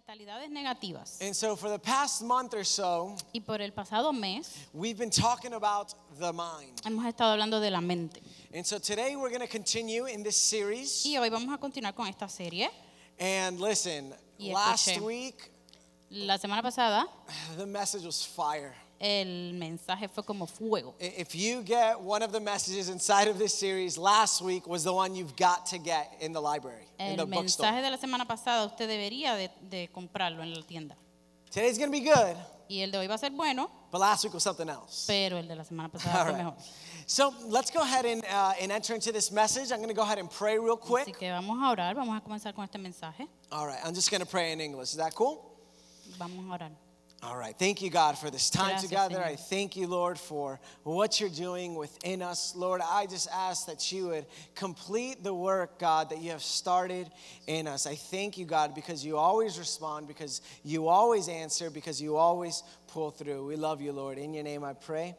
mentalidades negativas. And so, for the past month or so, Y por el pasado mes we've been talking about the mind. hemos estado hablando de la mente. And so, today we're going to continue in this series. Y hoy vamos a continuar con esta serie. And listen, Y last escuché. week, La semana pasada the message was fire. el mensaje fue como fuego. I- If you get one of the messages inside of this series, last week was the one you've got to get in the library, in the El mensaje bookstore. de la semana pasada usted debería de, de comprarlo en la tienda. Today's going to be good, Y el de hoy va a ser bueno, but last week was something else. pero el de la semana pasada All fue right. mejor. So let's go ahead and, uh, and enter into this message. I'm going to go ahead and pray real Así quick. que vamos a orar, vamos a comenzar con este mensaje. All right, I'm just going to pray in English. Is that cool? Vamos a orar. All right, thank you, God, for this time Gracias, together. Señor. I thank you, Lord, for what you're doing within us. Lord, I just ask that you would complete the work, God, that you have started in us. I thank you, God, because you always respond, because you always answer, because you always pull through. We love you, Lord. In your name I pray.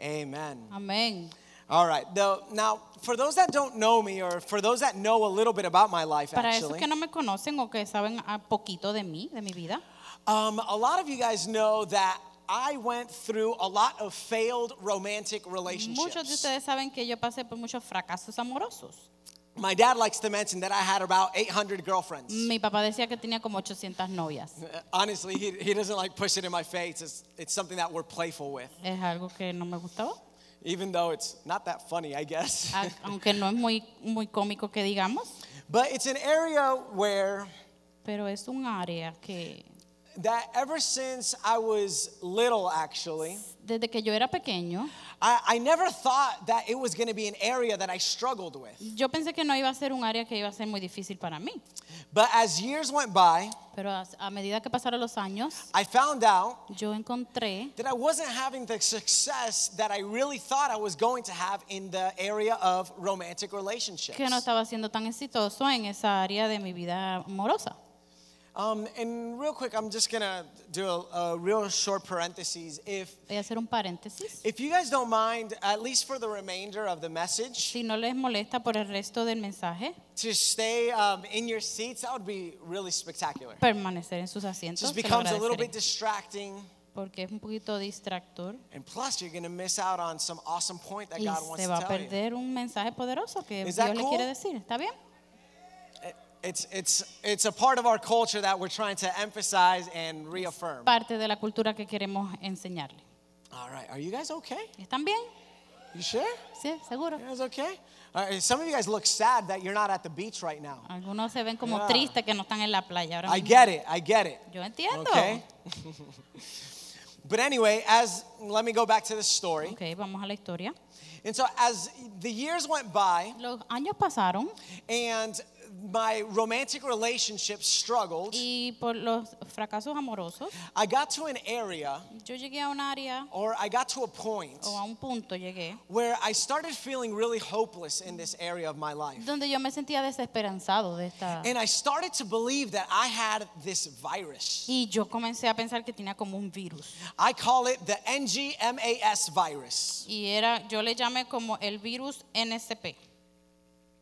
Amen. Amén. All right, though, now, for those that don't know me, or for those that know a little bit about my life, Para esos actually, que no me conocen o que saben a poquito de mí, de mi vida, Um, a lot of you guys know that I went through a lot of failed romantic muchos de relationships. ustedes saben que yo pasé por muchos fracasos amorosos. My dad likes to mention that I had about 800 girlfriends. Mi papá decía que tenía como 800 novias. Honestly, he, he doesn't like push it in my face. It's, it's something that we're playful with, Es algo que no me gustaba. even though it's not that funny, I guess. A- Aunque no es muy, muy cómico que digamos, but it's an area where pero es un área que that ever since I was little, actually, desde que yo era pequeño, I, I never thought that it was going to be an area that I struggled with. yo pensé que no iba a ser un área que iba a ser muy difícil para mí. But as years went by, Pero a, a medida que pasaron los años, I found out yo encontré that I wasn't having the success that I really thought I was going to have in the area of romantic relationships. que no estaba siendo tan exitoso en esa área de mi vida amorosa. Um, and real quick, I'm just gonna do a, a real short parentheses. If Voy a hacer un paréntesis. if you guys don't mind, at least for the remainder of the message, Si no les molesta por el resto del mensaje, to stay um, in your seats, that would be really spectacular. permanecer en sus asientos, Just se lo becomes a little agradeceré, bit distracting, porque es un poquito distractor and plus you're gonna miss out on some awesome point that y God wants se to va a tell you. perder un mensaje poderoso que Is Dios that le cool? quiere decir. ¿Está bien? It's it's it's a part of our culture that we're trying to emphasize and reaffirm. Parte de la cultura que queremos enseñarle. All right, are you guys okay? ¿Están bien? You sure? Sí, seguro. You guys okay? All right, some of you guys look sad that you're not at the beach right now. Algunos se ven como Yeah. tristes que no están en la playa ahora I mismo. get it, I get it. Yo entiendo. Okay? but anyway, as let me go back to the story. ok, vamos a la historia. And so as the years went by Los años pasaron and my romantic relationship struggled, y por los fracasos amorosos, I got to an area yo llegué a un área or I got to a point o a un punto llegué where I started feeling really hopeless in this area of my life. donde yo me sentía desesperanzado de esta And I started to believe that I had this virus. y yo comencé a pensar que tenía como un virus I call it the NGMAS virus. y era yo le llamé como el virus NSP.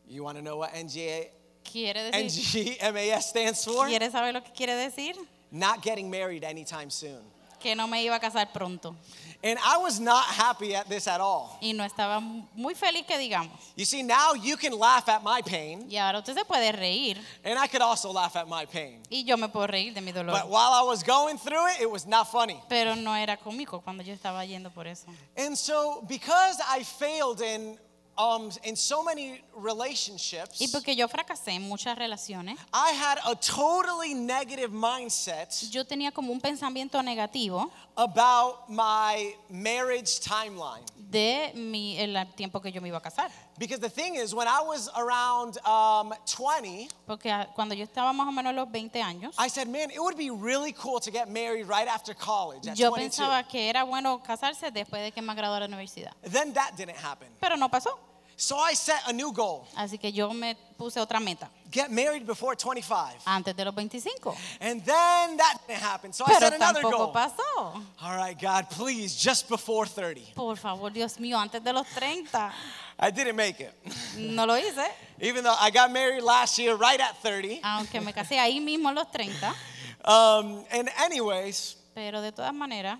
You want to know what NGA, Quiere decir NGMAS stands for? ¿Quiere saber lo que quiere decir? Not getting married anytime soon. Que no me iba a casar pronto And I was not happy at this at all. y no estaba muy feliz que digamos. You see, now you can laugh at my pain, Y ahora usted se puede reír and I could also laugh at my pain. y yo me puedo reír de mi But dolor, while I was going through it, it was not funny. pero no era cómico cuando yo estaba yendo por eso. And so, because I failed in, um, in so many relationships, Y porque yo fracasé en muchas relaciones, I had a totally negative mindset yo tenía como un pensamiento negativo about my marriage timeline. de mi, el tiempo que yo me iba a casar. Because the thing is, when I was around um, 20, Porque ah, cuando yo estaba más o menos a los 20 años, I said, man, it would be really cool to get married right after college at yo 22. pensaba que era bueno casarse después de que me graduara de la universidad. Then that didn't happen. Pero no pasó. So I set a new goal Así que yo me puse otra meta, get married before 25. antes de los 25. And then that didn't happen. So I set Pero another tampoco goal. pasó. All right, God, please, just before 30. Por favor, Dios mío, antes de los 30. I didn't make it. No lo hice, Even though I got married last year right at 30, aunque me casé ahí mismo a los 30. Um, and, anyways, Pero de todas maneras,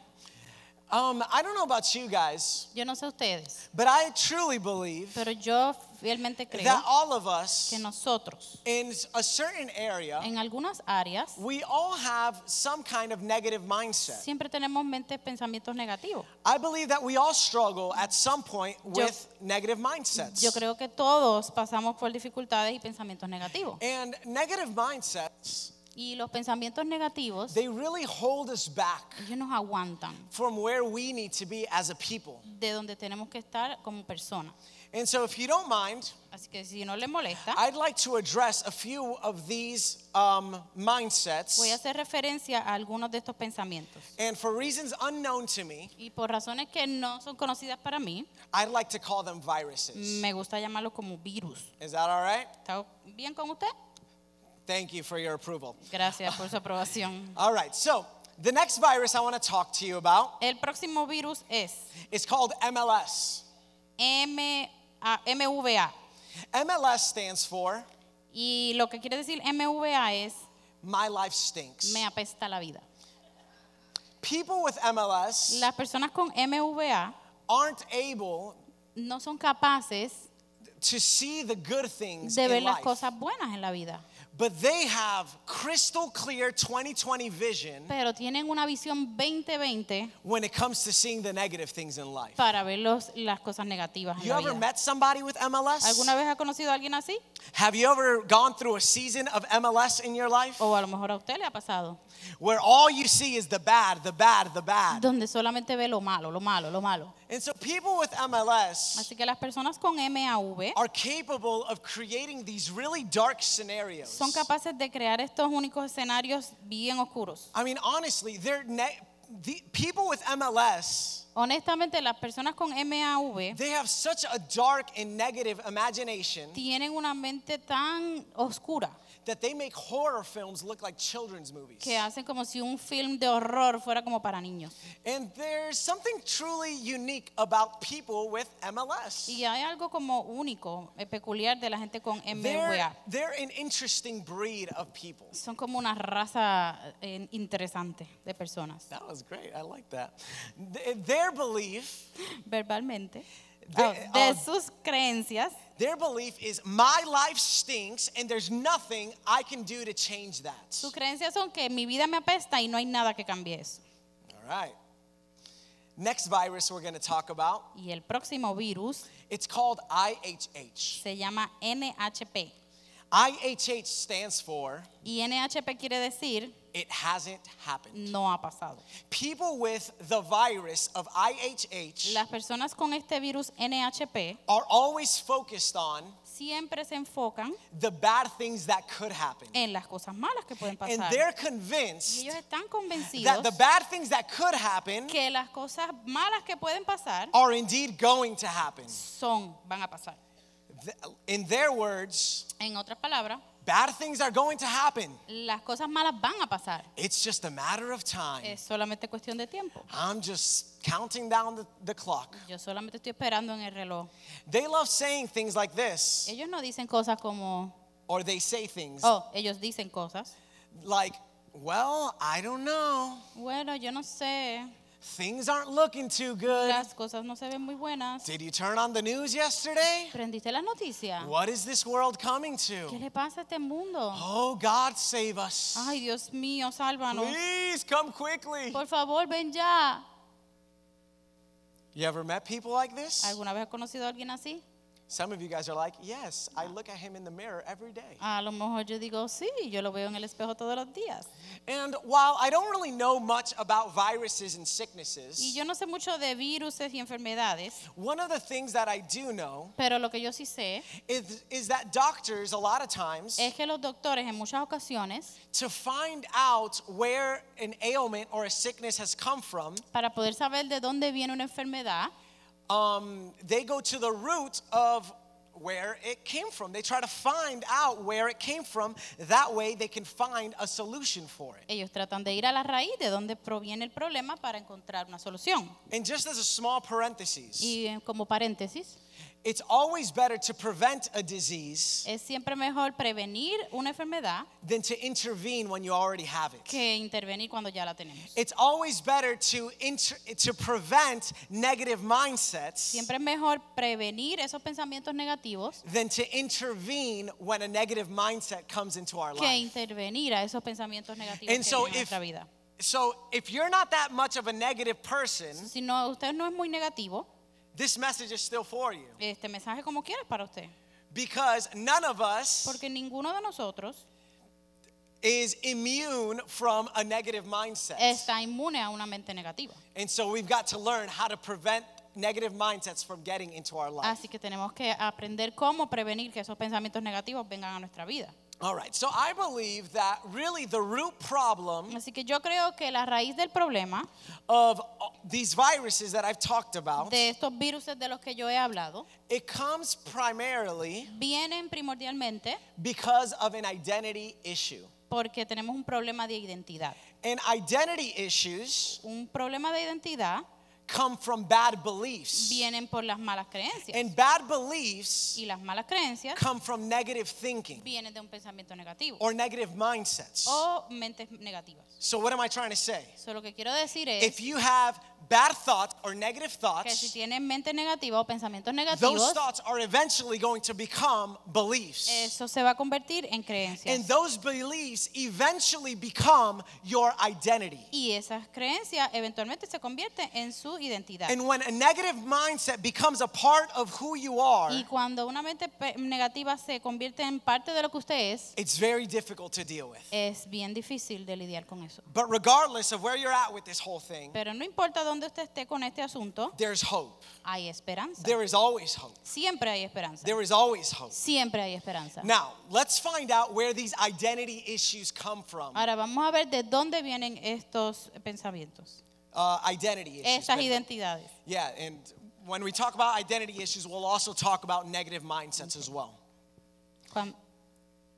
um, I don't know about you guys, yo no sé ustedes, but I truly believe pero yo fielmente creo that all of us que nosotros, in a certain area, en algunas áreas, we all have some kind of negative mindset. siempre tenemos mentes, pensamientos negativos. I believe that we all struggle at some point with negative Yo mindsets. creo que todos pasamos por dificultades y pensamientos negativos. And negative mindsets, Y los pensamientos negativos, they really hold us back ellos nos aguantan from where we need to be as a people. de donde tenemos que estar como personas. And so, if you don't mind, Así que si no le molesta, I'd like to address a few of these um, mindsets. voy a hacer referencia a algunos de estos pensamientos. And for reasons unknown to me, Y por razones que no son conocidas para mí, I'd like to call them viruses. me gusta llamarlos como virus. Is that all right? ¿Está bien con usted? Thank you for your approval. Gracias por su aprobación. All right, so the next virus I want to talk to you about El próximo virus es is called MLS. M ah, MVA. MLS stands for Y lo que quiere decir MVA es My Life Stinks. me apesta la vida. People with MLS Las personas con MVA aren't able no son capaces to see the good things de ver in las life, cosas buenas en la vida, but they have crystal clear 2020 vision pero tienen una visión 2020 when it comes to seeing the negative things in life. para ver los- las cosas negativas en You la ever vida. met somebody with ¿Alguna MLS? vez ha conocido a alguien así? Have you ever gone through a season of MLS in your life O a lo mejor a usted le ha pasado, where all you see is the bad, the bad, the bad? donde solamente ve lo malo, lo malo, lo malo. And so people with MLS Así que las personas con MAV are capable of creating these really dark scenarios. son capaces de crear estos únicos escenarios bien oscuros. I mean, honestly, they're ne- the, people with MLS. Honestamente, las personas con MAV They have such a dark and negative imagination tienen una mente tan oscura that they make horror films look like children's movies. que hacen como si un film de horror fuera como para niños. And there's something truly unique about people with MLS. Y hay algo como único, eh, peculiar de la gente con They're, MVA. they're an interesting breed of people. Son como una raza eh, interesante de personas. That was great. I like that. Th- Their belief, Verbalmente. De- Ah, de ah. sus creencias. their belief is my life stinks and there's nothing I can do to change that. Sus creencias son que mi vida me apesta y no hay nada que cambie eso. All right. Next virus we're going to talk about, Y el próximo virus it's called IHH. se llama NHP. IHH stands for Y NHP quiere decir it hasn't happened. no ha pasado. People with the virus of IHH Las personas con este virus NHP are always focused on siempre se enfocan the bad things that could happen. en las cosas malas que pueden And Eh, pasar. they're Y convinced ellos están convencidos that the bad things that could happen que las cosas malas que pueden pasar are indeed going to happen. son, van a pasar. Th- In their words, En otras palabras, bad things are going to happen. las cosas malas van a pasar. It's just a matter of time. Es solamente cuestión de tiempo. I'm just counting down the, the clock. Yo solamente estoy esperando en el reloj. They love saying things like this, Ellos no dicen cosas como, or they say things oh, ellos dicen cosas. like, well, I don't know. Bueno, yo no sé, Things aren't looking too good. las cosas no se ven muy buenas. Did you turn on the news yesterday? ¿Prendiste las noticias? What is this world coming ¿Qué to? le pasa a este mundo? Oh, God, save us. Ay, Dios mío, sálvanos. Please come quickly. Por favor, ven ya. You ever met people like this? ¿Alguna vez has conocido a alguien así? Some of you guys are like, yes, I look at him in the mirror every day. A lo mejor yo digo, sí, yo lo veo en el espejo todos los días. And while I don't really know much about viruses and Y sicknesses, yo no sé mucho de virus y enfermedades, one of the things that I do know pero lo que yo sí sé is, is that doctors, a lot of times, es que los doctores en muchas ocasiones, to find out where an ailment or a sickness has come from, para poder saber de dónde viene una enfermedad, um, they go to the root of where it came from. They try to find out where it came from. That way, they can find a solution for it. ellos tratan de ir a la raíz de dónde proviene el problema para encontrar una solución. And just as a small parenthesis, Y eh, como paréntesis, It's always better to prevent a disease Es siempre mejor prevenir una enfermedad than to intervene when you already have it. que intervenir cuando ya la tenemos. It's always better to, inter- to prevent negative mindsets Siempre es mejor prevenir esos pensamientos negativos than to intervene when a negative mindset comes into our que life. intervenir a esos pensamientos negativos And que so vienen a if- nuestra vida. So, if you're not that much of a negative person, Si no, usted no es muy negativo, this message is still for you este mensaje como quiera es para usted. because none of us Porque ninguno de nosotros is immune from a negative mindset. está inmune a una mente negativa. And so, we've got to learn how to prevent negative mindsets from getting into our life. Así que tenemos que aprender cómo prevenir que esos pensamientos negativos vengan a nuestra vida. All right, so I believe that really the root problem Así que yo creo que la raíz del problema of uh, these viruses that I've talked about, de estos virus de los que yo he hablado it comes primarily vienen primordialmente because of an identity issue. porque tenemos un problema de identidad. And identity issues Un problema de identidad come from bad beliefs. vienen por las malas creencias. And bad beliefs y las malas creencias come from negative thinking vienen de un pensamiento negativo or negative mindsets. o mentes negativas. So, what am I trying to say? So, lo que quiero decir es If you have bad thoughts or negative que si thoughts, tienen mente negativa o pensamientos those negativos, thoughts are eventually going to become beliefs. eso se va a convertir en creencias. And those beliefs eventually become your identity. Y esas creencias eventualmente se convierten en su identidad. And when a negative mindset becomes a part of who you are, Y cuando una mente pe- negativa se convierte en parte de lo que usted es, it's very difficult to deal with. es bien difícil de lidiar con eso. But regardless of where you're at with this whole thing, Pero no importa dónde usted esté con este asunto, there's hope. hay esperanza. There is always hope. Siempre hay esperanza. There is always hope. Siempre hay esperanza. Now, let's find out where these identity issues come from. Ahora vamos a ver de dónde vienen estos pensamientos, Uh, identity issues. estas Bendel. identidades. Yeah, and when we talk about identity issues, we'll also talk about negative mindsets as well. Cuan-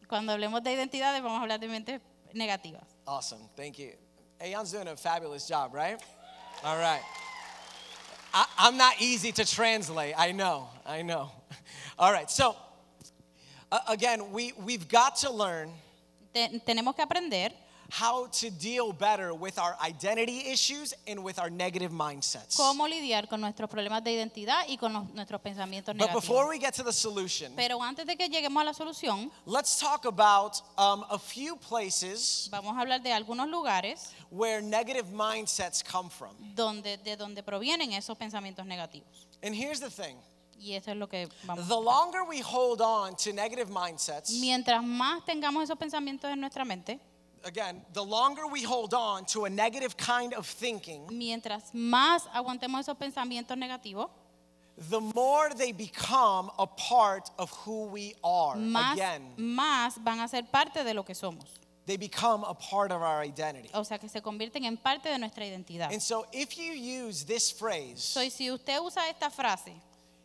Cuando, hablemos de identidades, vamos a hablar de mentes negativas. Awesome. Thank you. Aeon's doing a fabulous job, right? All right. I, I'm not easy to translate. I know. I know. All right. So, uh, again, we, we've got to learn Te- tenemos que aprender how to deal better with our identity issues and with our negative mindsets. cómo lidiar con nuestros problemas de identidad y con los- nuestros pensamientos But before negativos. we get to the solution, Pero antes de que lleguemos a la solución, let's talk about um, a few places vamos a hablar de algunos lugares where negative mindsets come from. donde, de donde provienen esos pensamientos negativos. And here's the thing Y eso es lo que vamos a the longer we hold on to negative mindsets, Mientras más tengamos esos pensamientos en nuestra mente, again, the longer we hold on to a negative kind of thinking, mientras más aguantemos esos pensamientos negativos, the more they become a part of who we are. más, Again, más van a ser parte de lo que somos. they become a part of our identity. O sea, que se convierten en parte de nuestra identidad. And so if you use this phrase, So, y si usted usa esta frase,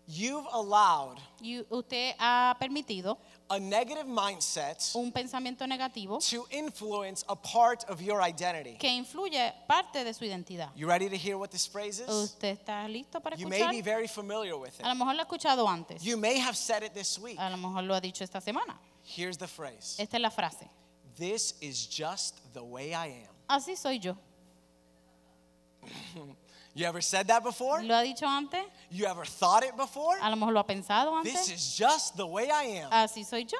you've allowed y usted ha permitido a negative mindset un pensamiento negativo to influence a part of your identity. que influye parte de su identidad. You ready to hear what this phrase is? ¿Usted está listo para You may escuchar? be very familiar with A it. lo mejor lo ha escuchado antes. You may have said it this week. A lo mejor lo ha dicho esta semana. Here's the phrase. Esta es la frase. This is just the way I am. Así soy yo. You ever said that before? ¿Lo ha dicho antes? You ever thought it before? A lo mejor lo ha pensado antes. This is just the way I am. Así soy yo.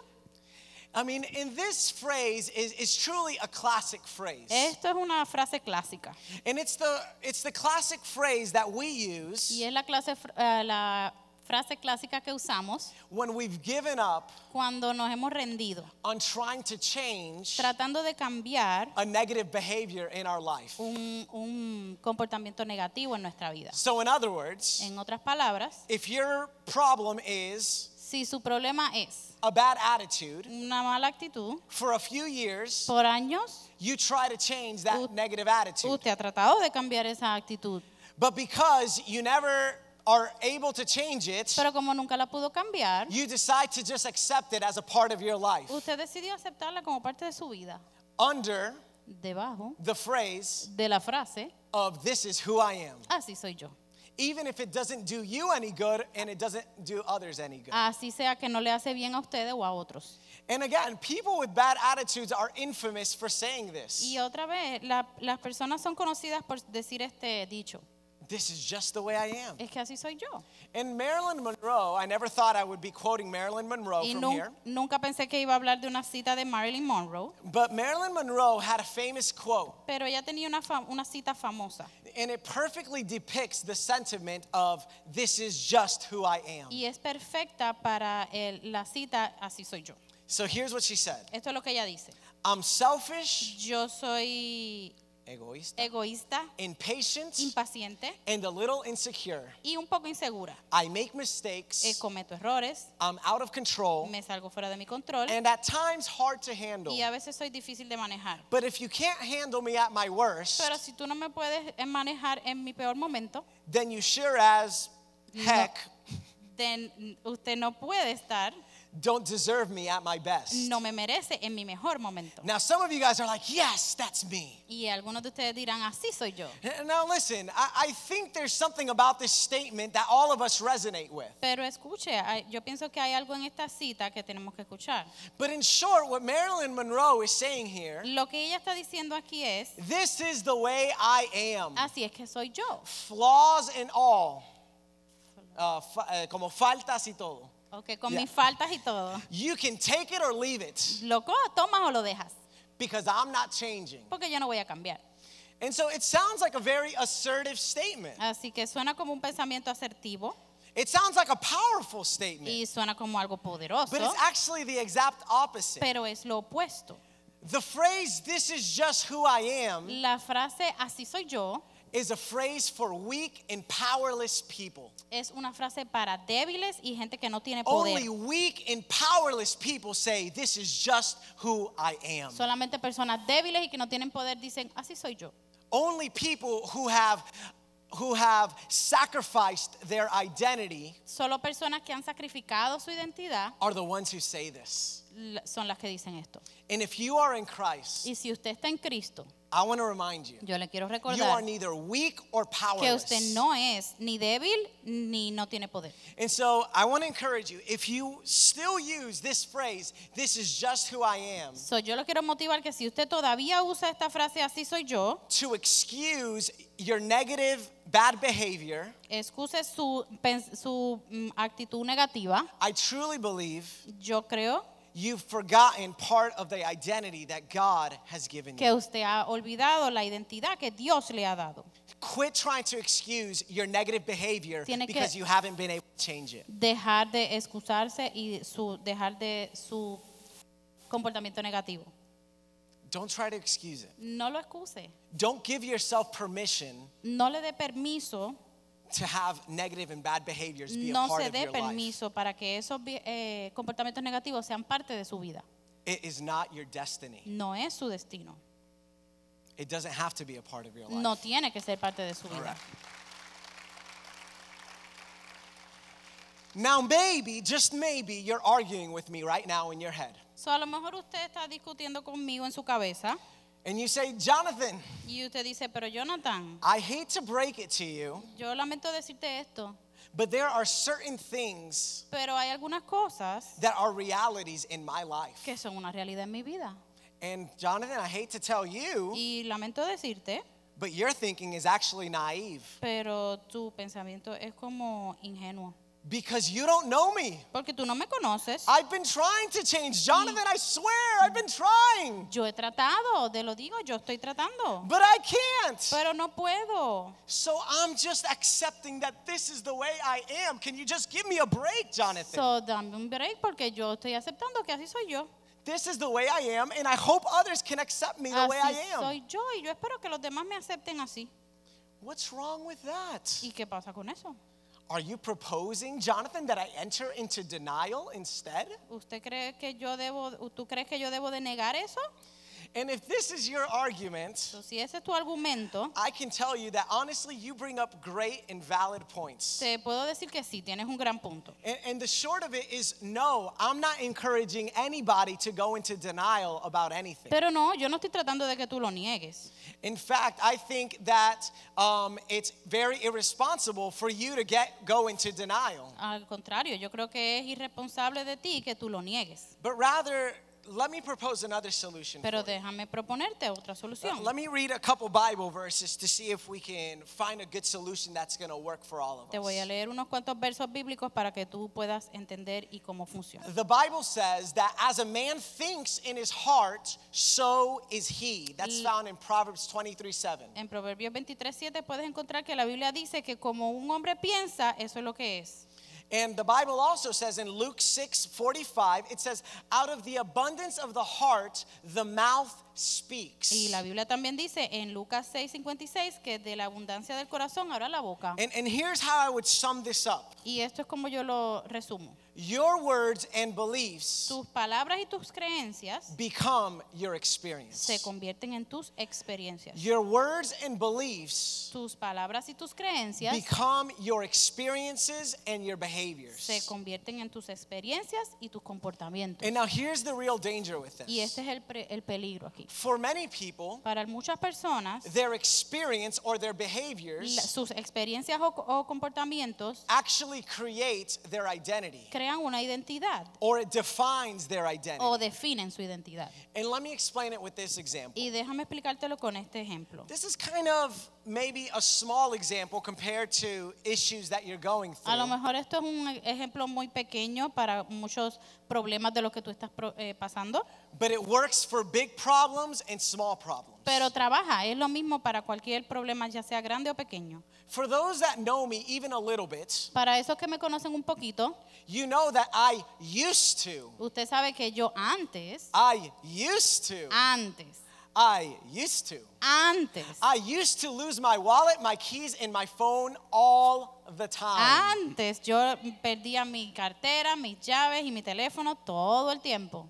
I mean, and this phrase is, is truly a classic phrase. Esto es una frase clásica. And it's the, it's the classic phrase that we Y use es la, clase, fr- eh, la frase clásica que usamos when we've given up cuando nos hemos rendido, on trying to change tratando de cambiar a negative behavior in our life. un, un comportamiento negativo en nuestra vida. So, in other words, En otras palabras, if your problem is si su problema es a bad attitude, una mala actitud, for a few years, por años you try to change that Ut- negative attitude. usted ha tratado de cambiar esa actitud, But because you never are able to change it, pero como nunca la pudo cambiar, you decide to just accept it as a part of your life. usted decidió aceptarla como parte de su vida. Under Debajo the phrase de la frase, of this is who I am. así soy yo. even if it doesn't do you any good and it doesn't do others any good. así sea que no le hace bien a ustedes o a otros. And again, people with bad attitudes are infamous for saying this. Y otra vez, la- las personas son conocidas por decir este dicho, This is just the way I am. es que así soy yo. And Marilyn Monroe, I never thought I would be quoting Marilyn Monroe Y Oh, from nun- here, nunca pensé que iba a hablar de una cita de Marilyn Monroe, but Marilyn Monroe had a famous quote, pero ella tenía una, fam- una cita famosa. and it perfectly depicts the sentiment of this is just who I am. Y es perfecta para el- la cita, así soy yo. So here's what she said Esto es lo que ella dice. I'm selfish, Yo soy egoist, egoísta, impatient, impaciente and a little insecure. y un poco insegura. I make Eh, mistakes, cometo errores, I'm out of control, me salgo fuera de mi control Oh. and at times hard to handle. y a veces soy difícil de manejar. But if you can't handle me at my worst, Pero si tú no me puedes eh, manejar en mi peor momento, then you sure as heck then usted no puede estar, don't deserve me at my best. no me merece en mi mejor momento. Now, some of you guys are like, yes, that's me. Y algunos de ustedes dirán, así soy yo. N- Now, listen, I, I think there's something about this statement that all of us resonate with. Pero escuche, hay- yo pienso que hay algo en esta cita que tenemos que escuchar. But in short, what Marilyn Monroe is saying here Lo que ella está diciendo aquí es, this is the way I am, así es que soy yo. flaws and all. Uh, fa- eh, como faltas y todo. Ok, con Yeah. mis faltas y todo. You can take it or leave it Lo co- tomas o lo dejas, because I'm not changing. porque yo no voy a cambiar. And so it sounds like a very assertive statement. Así que suena como un pensamiento asertivo It sounds like a powerful statement, y suena como algo poderoso, but it's actually the exact opposite. pero es lo opuesto. The phrase, this is just who I am, La frase así soy yo is a phrase for weak and powerless people. es una frase para débiles y gente que no tiene Only poder. weak and powerless people say, this is just who I am. Solamente personas débiles y que no tienen poder dicen así soy yo. Only people who have who have sacrificed their identity Solo personas que han sacrificado su identidad are the ones who say this. la- son las que dicen esto. And if you are in Christ, Y si usted está en Cristo, I want to remind you, yo le quiero you are recordar neither weak or que usted powerless. no es ni débil ni no tiene poder. And so I want to encourage you if you still use this phrase, this is just who I am, So, yo lo quiero motivar que si usted todavía usa esta frase así soy yo, to excuse your negative, bad behavior, excuse su, pens- su mm, actitud negativa, I truly believe yo creo you've forgotten part of the identity that God has given que you. usted ha olvidado la identidad que Dios le ha dado. Quit trying to excuse your negative behavior Tiene que- because you haven't been able to change it. Dejar de excusarse y su, dejar de su comportamiento negativo. Don't try to excuse it. No lo excuse. Don't give yourself permission No le dé permiso, to have negative and bad behaviors be a no part se of your dé life. permiso para que esos vi- eh, comportamientos negativos sean parte de su vida. It is not your destiny. No es su destino. It doesn't have to be a part of your life. No tiene que ser parte de su vida. Now, maybe, just maybe, you're arguing with me right now in your head. So, a lo mejor usted está discutiendo conmigo en su cabeza And you say, Jonathan, y usted dice, pero Jonathan, I hate to break it to you, yo lamento decirte esto, but there are certain things pero hay algunas cosas that are realities in my life. que son una realidad en mi vida. And Jonathan, I hate to tell you, Y lamento decirte, but your thinking is actually naive pero tu pensamiento es como ingenuo. because you don't know me. Porque tú no me conoces. I've been trying to change. Jonathan, I swear, I've been trying, Yo he tratado, te lo digo, yo estoy tratando. but I can't. Pero no puedo. So I'm just accepting that this is the way I am. Can you just give me a break, Jonathan? So dame un break porque yo estoy aceptando que así soy yo. This is the way I am, and I hope others can accept me the way I Así am. Ah, soy yo y yo espero que los demás me acepten así. What's wrong with that? ¿Y qué pasa con eso? Are you proposing, Jonathan, that I enter into denial instead? ¿Usted cree que yo debo, tú crees que yo debo de negar eso? And if this is your argument, So, si ese es tu argumento, I can tell you that honestly, you bring up great and valid points. te puedo decir que sí, tienes un gran punto. And, and the short of it is no, I'm not encouraging anybody to go into denial about anything. Pero no, yo no estoy tratando de que tú lo niegues. In fact, I think that um, it's very irresponsible for you to get go into denial. Al contrario, yo creo que es irresponsable de ti que tú lo niegues. But rather, let me propose another solution. Pero for you. déjame proponerte otra solución. Let me read a couple Bible verses to see if we can find a good solution that's going to work for all Te of voy a us. leer unos cuantos versos bíblicos para que tú puedas entender y cómo funciona. The Bible says that as a man thinks in his heart, so is he. That's Y- found in Proverbs 23 7. En Proverbios 23, 7 puedes encontrar que la Biblia dice que como un hombre piensa, eso es lo que es. And the Bible also says in Luke 6 45, it says, out of the abundance of the heart, the mouth Y speaks. la Biblia también dice en Lucas 6, 56 que de la abundancia del corazón habla la boca. And, and here's how I would sum this up Y esto es como yo lo resumo. your words and beliefs Tus palabras y tus creencias become your se experience. convierten en tus experiencias. Your words and beliefs Tus palabras y tus creencias become your experiences and your behaviors. se convierten en tus experiencias y tus comportamientos. And now here's the real danger with Y este this. es el, pre- el peligro aquí. For many people, Para muchas personas, their experience or their la- behaviors sus experiencias o, o comportamientos actually create their identity crean una identidad or it defines their o identity. definen su identidad. And let me explain it with this example. Y déjame explicártelo con este ejemplo. This is kind of maybe a small example compared to issues that you're going A lo through. mejor esto es un e, ejemplo muy pequeño para muchos problemas de los que tú estás pro- eh, pasando, But it works for big problems and small problems. pero trabaja, es lo mismo para cualquier problema, ya sea grande o pequeño. For those that know me even a little bit, Para esos que me conocen un poquito, you know that I used to, usted sabe que yo antes, I used to, Ah. antes, I used to, antes, I used to lose my wallet, my keys, and my phone all the time. antes yo perdía mi cartera, mis llaves y mi teléfono todo el tiempo.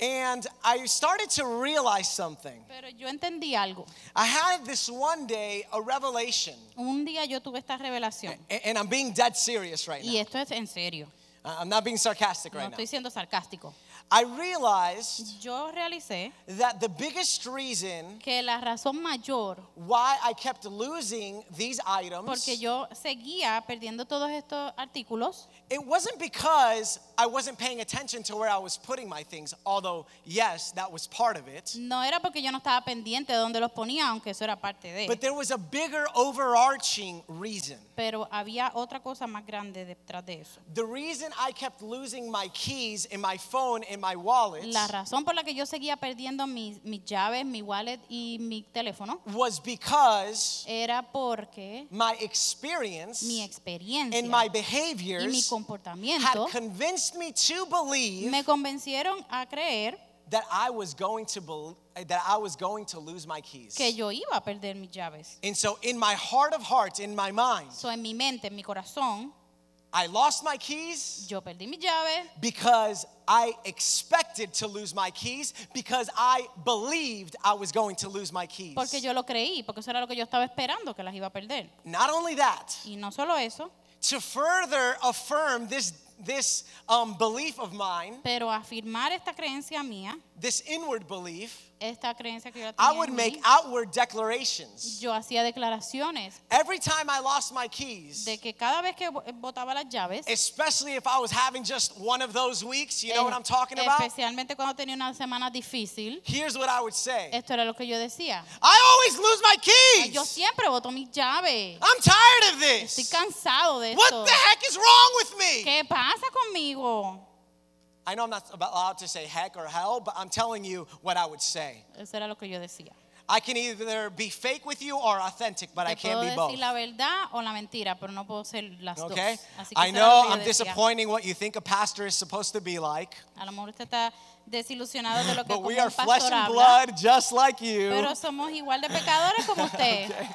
And I started to realize something. Pero yo entendí algo. I had this one day a revelation, Un día yo tuve esta revelación. A- and I'm being dead serious right Y now. esto es en serio. I- I'm not being sarcastic No Eh, right now. estoy siendo sarcástico. I realized Yo realicé that the biggest reason que la razón mayor why I kept losing these items, porque yo seguía perdiendo todos estos artículos it wasn't because I wasn't paying attention to where I was putting my things, although, yes, that was part of it. no era porque yo no estaba pendiente de dónde los ponía, aunque eso era parte But de. there was a bigger overarching reason. Pero había otra cosa más grande detrás de eso. The reason I kept losing my keys and my phone and my wallet La razón por la que yo seguía perdiendo mis, mis llaves, mi wallet y mi teléfono was because era porque my experience mi experiencia and my y mi behaviors had comportamiento convinced me to believe me convencieron a creer that I was going to bel that I was going to lose my keys. que yo iba a perder mis llaves. And so in my heart of hearts, in my mind, So, en mi mente, en mi corazón, I lost my keys yo perdí mis llaves because I expected to lose my keys because I believed I was going to lose my keys. porque yo lo creí, porque eso era lo que yo estaba esperando, que las iba a perder. Not only that, Y no solo eso, to further affirm this this um, belief of mine, pero afirmar esta creencia mía, this inward belief, esta creencia que yo I tenía, would en make mí, outward declarations. yo hacía declaraciones Every time I lost my keys, de que cada vez que bo- botaba las llaves, especially if I was having just one of those weeks, you know what es- I'm talking about? especialmente cuando tenía una semana difícil, Here's what I would say esto era lo que yo decía. I always lose my Ay, Yo keys. siempre boto mis llaves. I'm tired of Estoy this. cansado de esto. What the heck is wrong with me? ¿Qué pasa conmigo? I know I'm not allowed to say heck or hell, but I'm telling you what I would say. Eso era lo que yo decía. I can either be fake with you or authentic, but I Te puedo can't be decir both. la verdad o la mentira, pero no puedo ser las Okay? dos. Así que I eso era lo know que yo I'm decía. disappointing what you think a pastor is supposed to be like, A lo mejor usted está desilusionado de lo que but como we are un flesh pastor and habla, blood just like you. pero somos igual de pecadores como usted. Okay.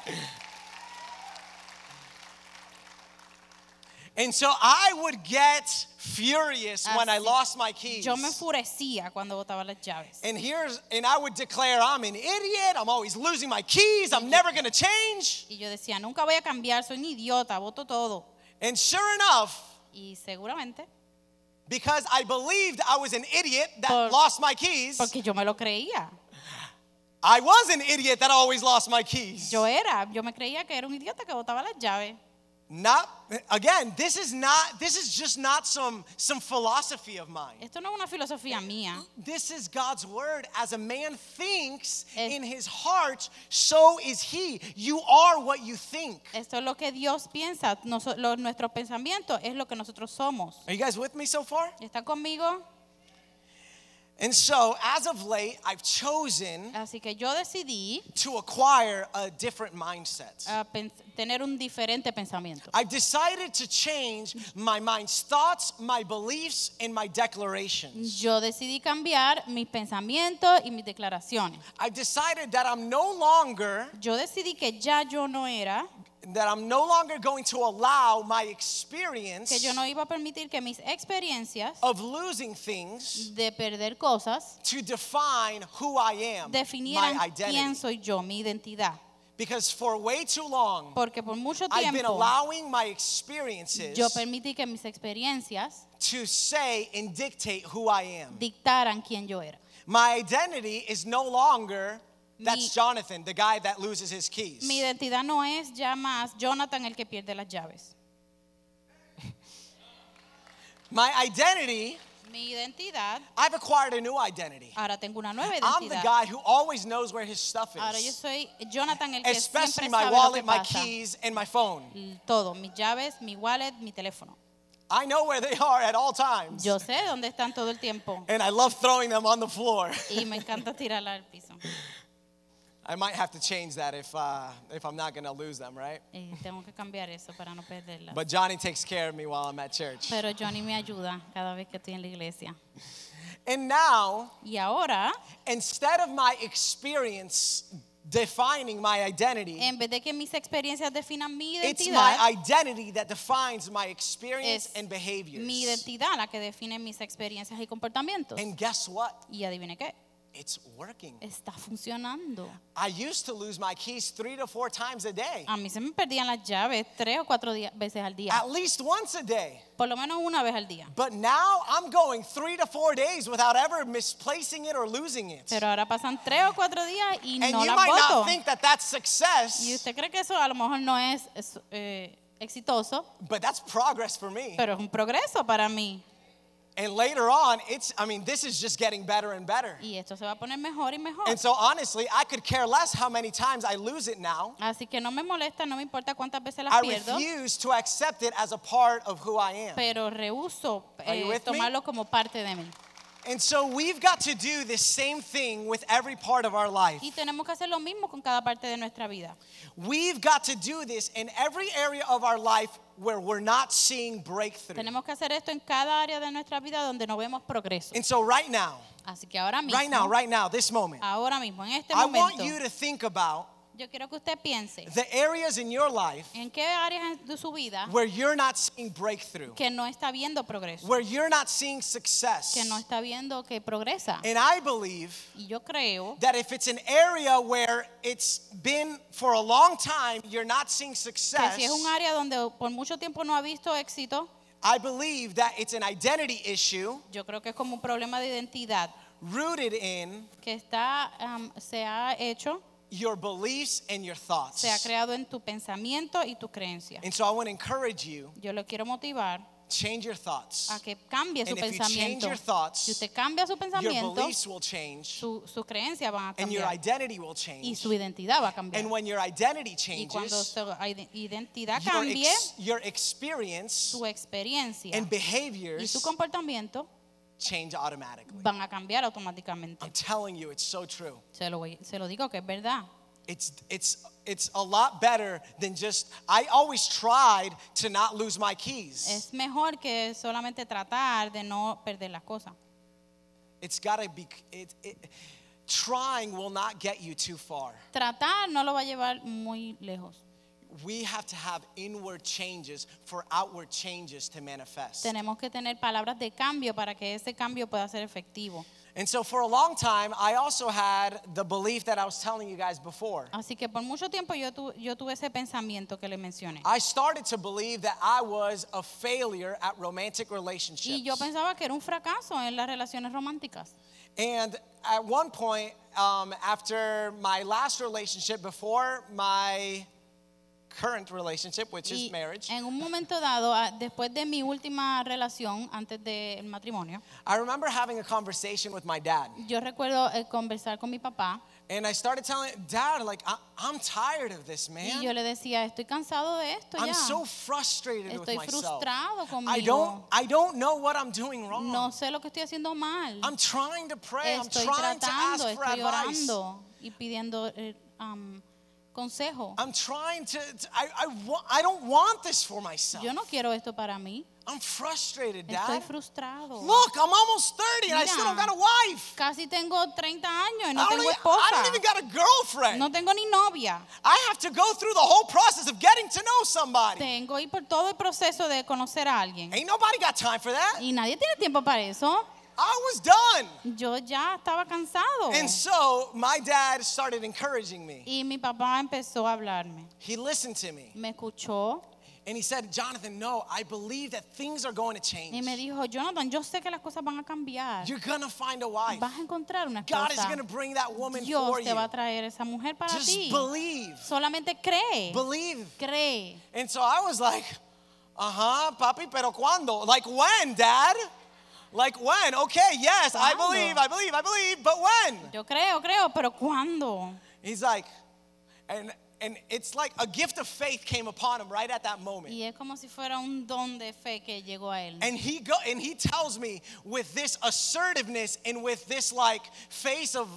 And so I would get furious when I Así. lost my keys. Yo me enfurecía cuando botaba las llaves. And here's and I would declare I'm an idiot. I'm always losing my keys. I'm never going to change. Y yo decía, nunca voy a cambiar, soy un idiota, voto todo. And sure enough, Y seguramente, because I believed I was an idiot that Por- lost my keys, porque yo me lo creía. I was an idiot that always lost my keys. Yo era, yo me creía que era un idiota que botaba las llaves. Not again, this is not this is just not some some philosophy of mine. Esto no es una filosofía mía. This is God's word. As a man thinks Es- in his heart, so is he. You are what you think. Esto es lo que Dios piensa. Noso- lo- nuestros pensamientos es lo que nosotros somos. Are you guys with me so far? ¿Está conmigo? And so, as of late, I've chosen Así que yo decidí to acquire a different mindset. ah, pens- tener un diferente pensamiento. I've decided to change my mind's thoughts, my beliefs, and my declarations. Yo decidí cambiar mis pensamientos y mis declaraciones. I've decided that I'm no longer Yo decidí que ya yo no era, that I'm no longer going to allow my que experience yo no iba a permitir que mis experiencias of losing things de perder cosas to define who I am, my definieran quién identity. soy yo, mi identidad. Because for way too long, Porque por mucho I've been tiempo allowing my experiences yo permití que mis experiencias to say and dictate who I am. dictaran quién yo era. My identity is no longer that's Mi- Jonathan, the guy that loses his keys. Mi identidad no es ya más Jonathan el que pierde las llaves. My identity, Mi identidad, I've acquired a new identity. ahora tengo una nueva I'm the identidad. guy who always knows where his stuff Ahora yo is, soy Jonathan el que siempre especially my sabe lo que wallet, my pasa. keys, and my phone. Todo, mis llaves, mi wallet, mi teléfono. I know where they are at all times, Yo sé dónde están todo el tiempo and I love throwing them on the floor. y me encanta tirarla al piso. I might have to change that if uh, if I'm not gonna lose them, right? Y tengo que cambiar eso para no perderla. But Johnny takes care of me while I'm at church. Pero Johnny me ayuda cada vez que estoy en la iglesia. And now, Y ahora, instead of my experience defining my identity, en vez de que mis experiencias definan mi It's my identidad, identity that defines my experience es and mi behaviors. identidad la que define mis experiencias y comportamientos. And guess what? Y adivine qué, It's working. está funcionando. I used to lose my keys three to four times a day, A mí se me perdían las llaves tres o cuatro dia- veces al día, at least once a day. por lo menos una vez al día. But now I'm going three to four days without ever misplacing it or losing it. Pero ahora pasan tres o cuatro días y And no you las might voto. not think that that's Y success, usted cree que eso a lo mejor no es, es, eh, exitoso, but that's progress for me. pero es un progreso para mí. And later on, it's, I mean, this is just getting better and better. Y esto se va a poner mejor y mejor. And so honestly, I could care less how many times I lose it now. Así que no me molesta, no me importa cuántas veces las I pierdo, refuse to accept it as a part of who I am. pero rehuso Are you eh, with me? tomarlo como parte de mí. And so we've got to do this same thing with every part of our life. Y tenemos que hacer lo mismo con cada parte de nuestra vida. We've got to do this in every area of our life where we're not seeing breakthrough. Tenemos que hacer esto en cada área de nuestra vida donde no vemos progreso. And so right now, Así que ahora mismo, right now, right now, this moment, ahora mismo, en este I want Uh, momento, you to think about yo quiero que usted piense the areas in your life en qué áreas de su vida where you're not seeing breakthrough, que no está viendo progreso, where you're not seeing que no success. está viendo que progresa. And I believe Y yo creo that if it's an area where it's been for a long time, you're not seeing que success. si es un área donde por mucho tiempo no ha visto éxito, I believe that it's an identity issue yo creo que es como un problema de identidad rooted in que está am, se ha hecho, your beliefs and your thoughts. se ha creado en tu pensamiento y tu creencia. And so I want to encourage you, Yo lo quiero motivar change your thoughts. a que cambie su And if you change pensamiento. your thoughts, si usted cambia su Your pensamiento, beliefs will change su, sus creencias van a and your cambiar identity will y change. su identidad va a cambiar. And when your identity Y cuando changes, su ide- identidad your, cambie, ex- your experience su experiencia and y behaviors su comportamiento change automatically. van a cambiar I'm automáticamente. telling you, it's so true. Se lo, voy- se lo digo que es verdad. It's it's it's a lot better than just I always tried to not lose my keys. Es mejor que solamente tratar de no perder las cosas. It's got to be it, it trying will not get you too far. Tratar no lo va a llevar muy lejos. we have to have inward changes for outward changes to manifest. Tenemos que tener palabras de cambio para que ese cambio pueda ser efectivo. And so for a long time, I also had the belief that I was telling you guys before. Así que por mucho tiempo yo, tu- yo tuve ese pensamiento que le mencioné. I started to believe that I was a failure at romantic Y relationships. yo pensaba que era un fracaso en las relaciones románticas. And at one point, um, after my last relationship, before my current relationship, which Y is marriage, en un momento dado, a- después de mi última relación, antes del matrimonio, I remember having a conversation with my dad. yo recuerdo eh, conversar con mi papá And I started telling Dad, like, I- I'm tired of this, y man. yo le decía, estoy cansado de esto I'm ya. so frustrated with Estoy myself. frustrado I don't, conmigo. I don't know what I'm doing wrong. No sé lo que estoy haciendo mal. I'm trying to pray. I'm Estoy trying to ask tratando, for estoy advice. orando y pidiendo eh, um, consejo. I'm trying to, to- I, I, wa- I don't want this for myself. Yo no quiero esto para mí. I'm frustrated, Estoy Dad. frustrado. Look, I'm almost 30 and I Mira. still don't got a wife. Casi tengo 30 años y no I, don't tengo even, I don't esposa. even got a girlfriend. No tengo ni novia. I have to go through the whole process of getting to know somebody. Tengo y por todo el proceso de conocer a alguien. Ain't nobody got time for that. Y nadie tiene tiempo para eso. I was done. Yo ya estaba cansado. And so my dad started encouraging me. Y mi papá empezó a hablarme. He listened to me Me escuchó and he said, Jonathan, no, I believe that things are going to y me change. dijo, Jonathan, yo sé que las cosas van a cambiar. You're going to find a wife. Vas a encontrar una God is esposa. going to bring that woman for Dios te you. va a traer esa mujer para Just ti. believe. Solamente cree. Believe. Cree. And so I was like, uh huh, papi, pero cuando? Like when, dad? Like when? Okay, yes, I ¿Cuándo? believe, I believe, I believe, but when? Yo creo, creo, pero ¿cuándo? He's like, and and it's like a gift of faith came upon him right at that moment. Y es como si fuera un don de fe que llegó a él. And he go and he tells me with this assertiveness and with this like face of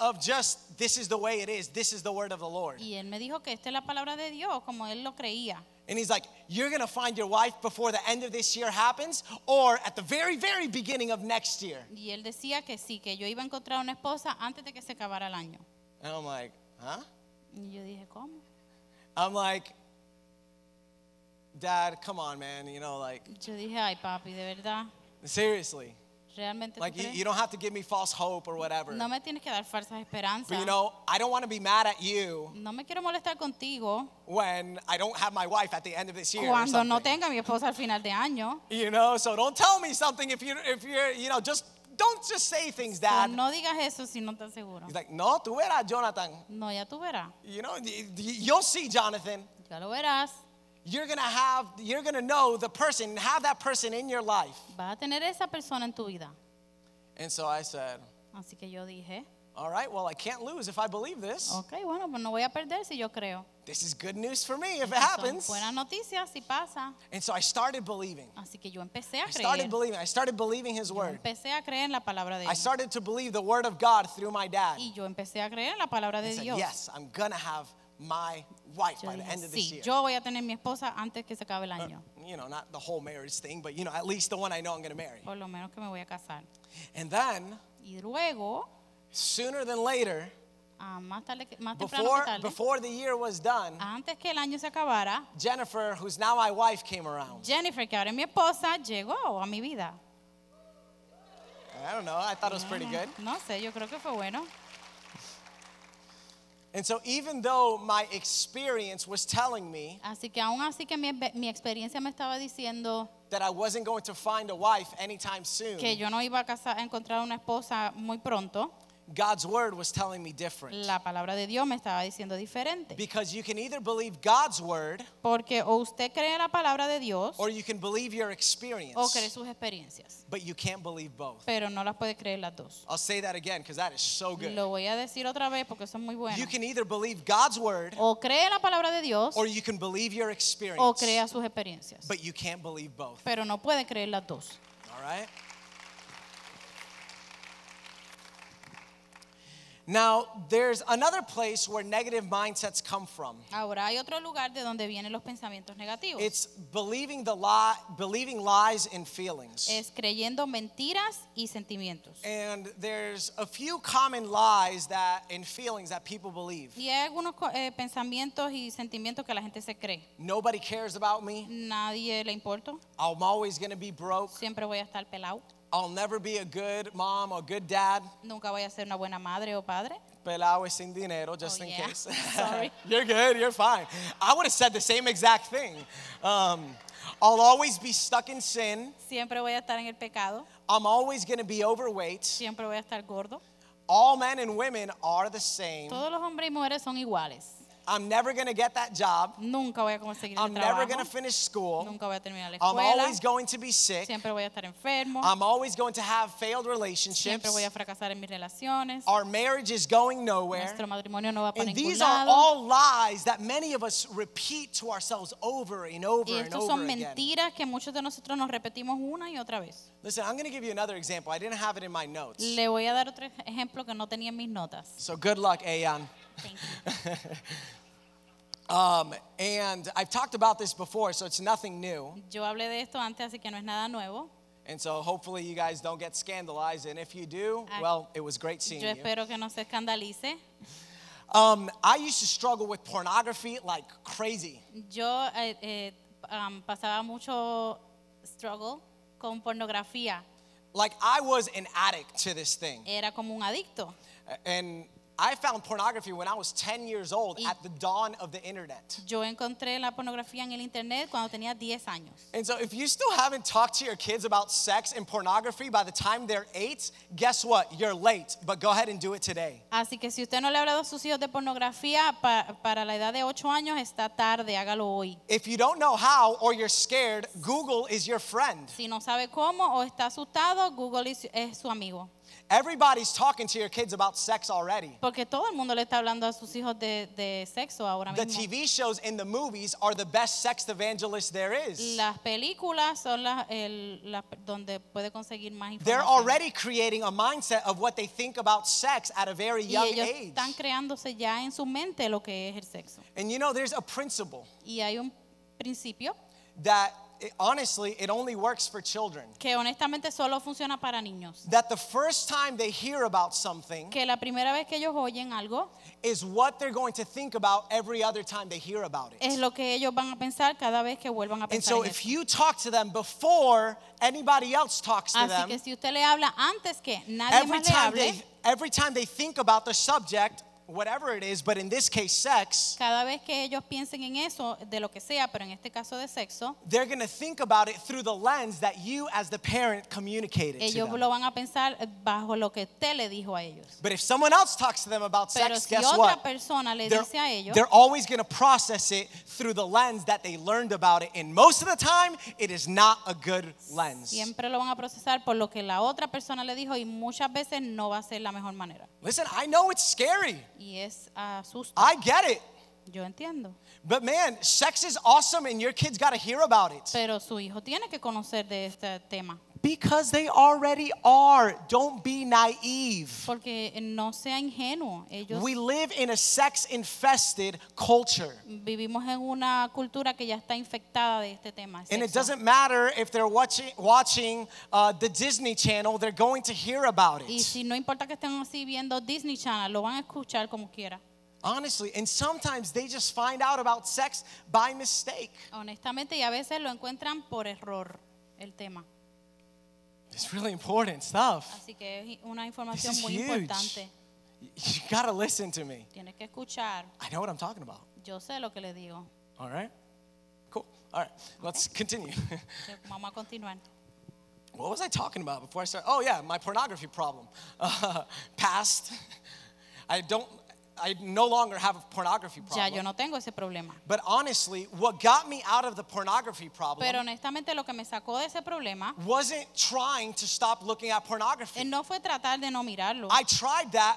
of just this is the way it is, this is the word of the Lord. Y él me dijo que esta es la palabra de Dios, como él lo creía. And he's like, You're gonna find your wife before the end of this year happens, or at the very, very beginning of next year. Y él decía que sí, que yo iba a encontrar una esposa antes de que se acabara el año. And I'm like, Huh? Y yo dije, ¿cómo? I'm like, Dad, come on, man. You know, like, Yo dije, ay papi, de verdad, seriously. realmente tú Like, you, crees? you don't have to give me false hope or whatever. no me tienes que dar falsas esperanzas. But you know, I don't want to be mad at you no me quiero molestar contigo when I don't have my wife at the end of this year. or cuando no something. tenga a mi esposa al final de año. you know, so don't tell me something if you're, if you're, you know, just don't just say things, So, Dad. no digas eso si no estás seguro. He's like, no, tú verás, Jonathan. No, ya tú verás. You know, y- y- you'll see, Jonathan. Ya lo verás. You're gonna have, you're gonna know the person, have that person in your life. Vas a tener esa persona en tu vida. And so I said, Así que yo dije, all right, well, I can't lose if I believe this. ok, bueno, pues no voy a perder si yo creo. This is good news for me if it Son happens. buenas noticias si pasa. And so I started believing. Así que yo empecé a I started creer. believing. I started believing his Yo word. empecé a creer en la palabra de I Dios. started to believe the word of God through my dad. Y yo empecé a creer en la palabra I de said, Dios. yes, I'm gonna have my wife Yo by the dije, end of this sí, year. Uh. yo voy a tener mi esposa antes que se acabe el año. You know, not the whole marriage thing, but you know, at least the one I know I'm gonna marry. Por lo menos que me voy a casar. And then, Y luego, sooner than later, ah, más tarde, que- más temprano que before tarde, before the year was done, antes que el año se acabara, Jennifer, who's now my wife, came around. Jennifer, que ahora es mi esposa, llegó a mi vida. I don't know. I thought it was pretty good. No sé, yo creo que fue bueno. And so, even though my experience was telling me Así que aún así que mi, mi experiencia me estaba diciendo that I wasn't going to find a wife anytime soon, que yo no iba a, casar- a encontrar una esposa muy pronto, God's word was telling me different. la palabra de Dios me estaba diciendo diferente. Because you can either believe God's word Porque o usted cree la palabra de Dios or you can believe your experience, o cree sus experiencias, but you can't believe both. pero no las puede creer las dos. I'll say that again because that is so good. Lo voy a decir otra vez porque eso es muy bueno. You can either believe God's word O cree la palabra de Dios or you can believe your experience, o crea sus experiencias, but you can't believe both. pero no puede creer las dos. All right? Now, there's another place where negative mindsets come from. Ahora hay otro lugar de donde vienen los pensamientos negativos. It's believing the lie, believing lies and feelings. es creyendo mentiras y sentimientos. And there's a few common lies that and feelings that people believe. Y hay algunos co- eh, pensamientos y sentimientos que la gente se cree. Nobody cares about me. Nadie le importa, I'm always going to be broke. siempre voy a estar pelado, I'll never be a good mom or good dad. nunca voy a ser una buena madre o padre. Pelao es sin dinero, just Oh, in yeah. case. Sorry. you're good, you're fine. I would have said the same exact thing. Um, I'll always be stuck in sin. Siempre voy a estar en el pecado, I'm always going to be overweight. siempre voy a estar gordo. All men and women are the same. Todos los hombres y mujeres son iguales. I'm never going to get that job. Nunca voy a conseguir el I'm never going trabajo, to finish school. nunca voy a terminar la I'm escuela, always going to be sick. siempre voy a estar enfermo, I'm always going to have failed siempre relationships. voy a fracasar en mis relaciones, Our marriage is going nowhere. nuestro matrimonio no va para And ningún these are lado. all lies that many of us repeat to ourselves over and over Y and estos son over again. mentiras que muchos de nosotros nos repetimos una y otra vez. Listen, I'm going to give you another example. I didn't have it in my notes. Le voy a dar otro ejemplo que no tenía en mis notas. So good luck, Ayan. Thank you. Um, and I've talked about this before, so it's nothing new. Yo hablé de esto antes, así que no es nada nuevo. And so hopefully you guys don't get scandalized. And if you do, Ah. well, it was great seeing Yo you. espero que no se escandalice. Um, I used to struggle with pornography like crazy. Yo eh, eh, um, pasaba mucho struggle con pornografía. Like I was an addict to this thing. Era como un adicto. And I found pornography when I was 10 years old Y- at the dawn of the internet. Yo encontré la pornografía en el internet cuando tenía 10 años. And so, if you still haven't talked to your kids about sex and pornography by the time they're eight, guess what? You're late, but go ahead and do it today. Así que si usted no le ha hablado a sus hijos de pornografía, pa- para la edad de 8 años está tarde, hágalo hoy. If you don't know how or you're scared, Google is your friend. Si no sabe cómo o está asustado, Google is- es su amigo. Everybody's talking to your kids about sex already. Porque todo el mundo le está hablando a sus hijos de, de sexo ahora The mismo. TV shows and the movies are the best sex evangelists there is. Las películas son las el- las- donde puede conseguir más They're información. already creating a mindset of what they think about sex at a very y young ellos age. están creándose ya en su mente lo que es el sexo. And you know, there's a principle Y hay un principio that it- honestly, it only works for children. que honestamente solo funciona para niños. that the first time they hear about something Que la primera vez que ellos oyen algo is what they're going to think about every other time they hear about it. es lo que ellos van a pensar cada vez que vuelvan a And pensar so en if eso. you talk to them before anybody else talks to Así que them, si usted le habla antes que nadie every más le time hable, they every time they think about the subject, whatever it is, but in this case sex, cada vez que ellos piensen en eso, de lo que sea, pero en este caso de sexo, they're going to think about it through the lens that you as the parent communicated to ellos them. lo van a pensar bajo lo que usted le dijo a ellos. But if someone else talks to them about Pero sex, si guess otra what? persona le they're, dice a ellos, they're always going to process it through the lens that they learned about it. And most of the time, it is not a good lens. siempre lo van a procesar por lo que la otra persona le dijo y muchas veces no va a ser la mejor manera. Listen, I know it's scary. Y es asusto. I get it. Yo entiendo. But man, sex is awesome and your kids got to hear about it Pero su hijo tiene que conocer de este tema. because they already are. Don't be naive. Porque no sea ingenuo. Ellos We live in a sex infested culture. vivimos en una cultura que ya está infectada de este tema. el And it sexo. doesn't matter if they're watching, watching uh, the Disney Channel, they're going to hear about y it. si no importa que estén así viendo Disney Channel, lo van a escuchar como quiera. Honestly, and sometimes they just find out about sex by mistake. Honestamente, y a veces lo encuentran por error el tema. It's really important stuff. Así que es una This información is muy huge. importante. You you gotta listen to me. Tienes que escuchar. I know what I'm talking about. Yo sé lo que le digo. All right? Cool. All right, let's continue. Yo- Vamos a continuar. what was I talking about before I started? Oh, yeah, my pornography problem. Uh, past. I don't, I no longer have a pornography Ya problem. yo no tengo ese problema. But honestly, what got me out of the pornography problem Pero honestamente lo que me sacó de ese problema wasn't trying to stop looking at eh, pornography. no fue tratar de no mirarlo. I tried that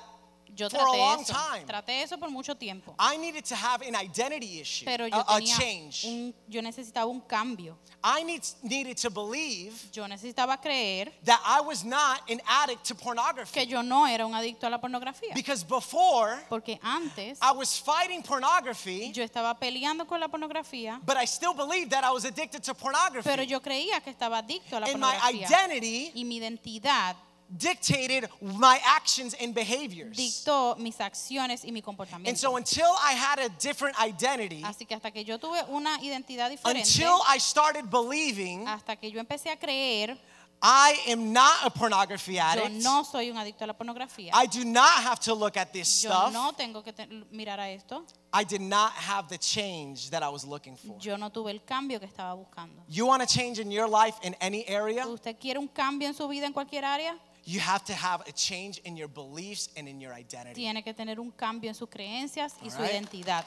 Yo for a long traté eso, time. traté eso por mucho tiempo. I needed to have an identity issue, Pero a, yo a tenía change. un, yo necesitaba un cambio. I need, needed to believe Yo necesitaba creer that I was not an addict to pornography. que yo no era un adicto a la pornografía, Because before, porque antes I was fighting pornography, yo estaba peleando con la pornografía, but I still believed that I was addicted to pero pornography. yo creía que estaba adicto a la And my pornografía identity y mi identidad dictated my actions and behaviors. dictó mis acciones y mi And comportamiento. so until I had a different identity, Así que hasta que yo tuve una identidad diferente, until I started believing hasta que yo empecé a creer, I am not a pornography yo addict, no soy un adicto a la pornografía. I do not have to look at this Yo stuff, no tengo que te- mirar a esto. I did not have the change that I was looking for. Yo no tuve el cambio que estaba buscando. You want to change in your life in any area? ¿Usted quiere un cambio en su vida en cualquier área? You have to have a change in your beliefs and in your identity. Tiene que tener un cambio en sus creencias y su Alright. identidad.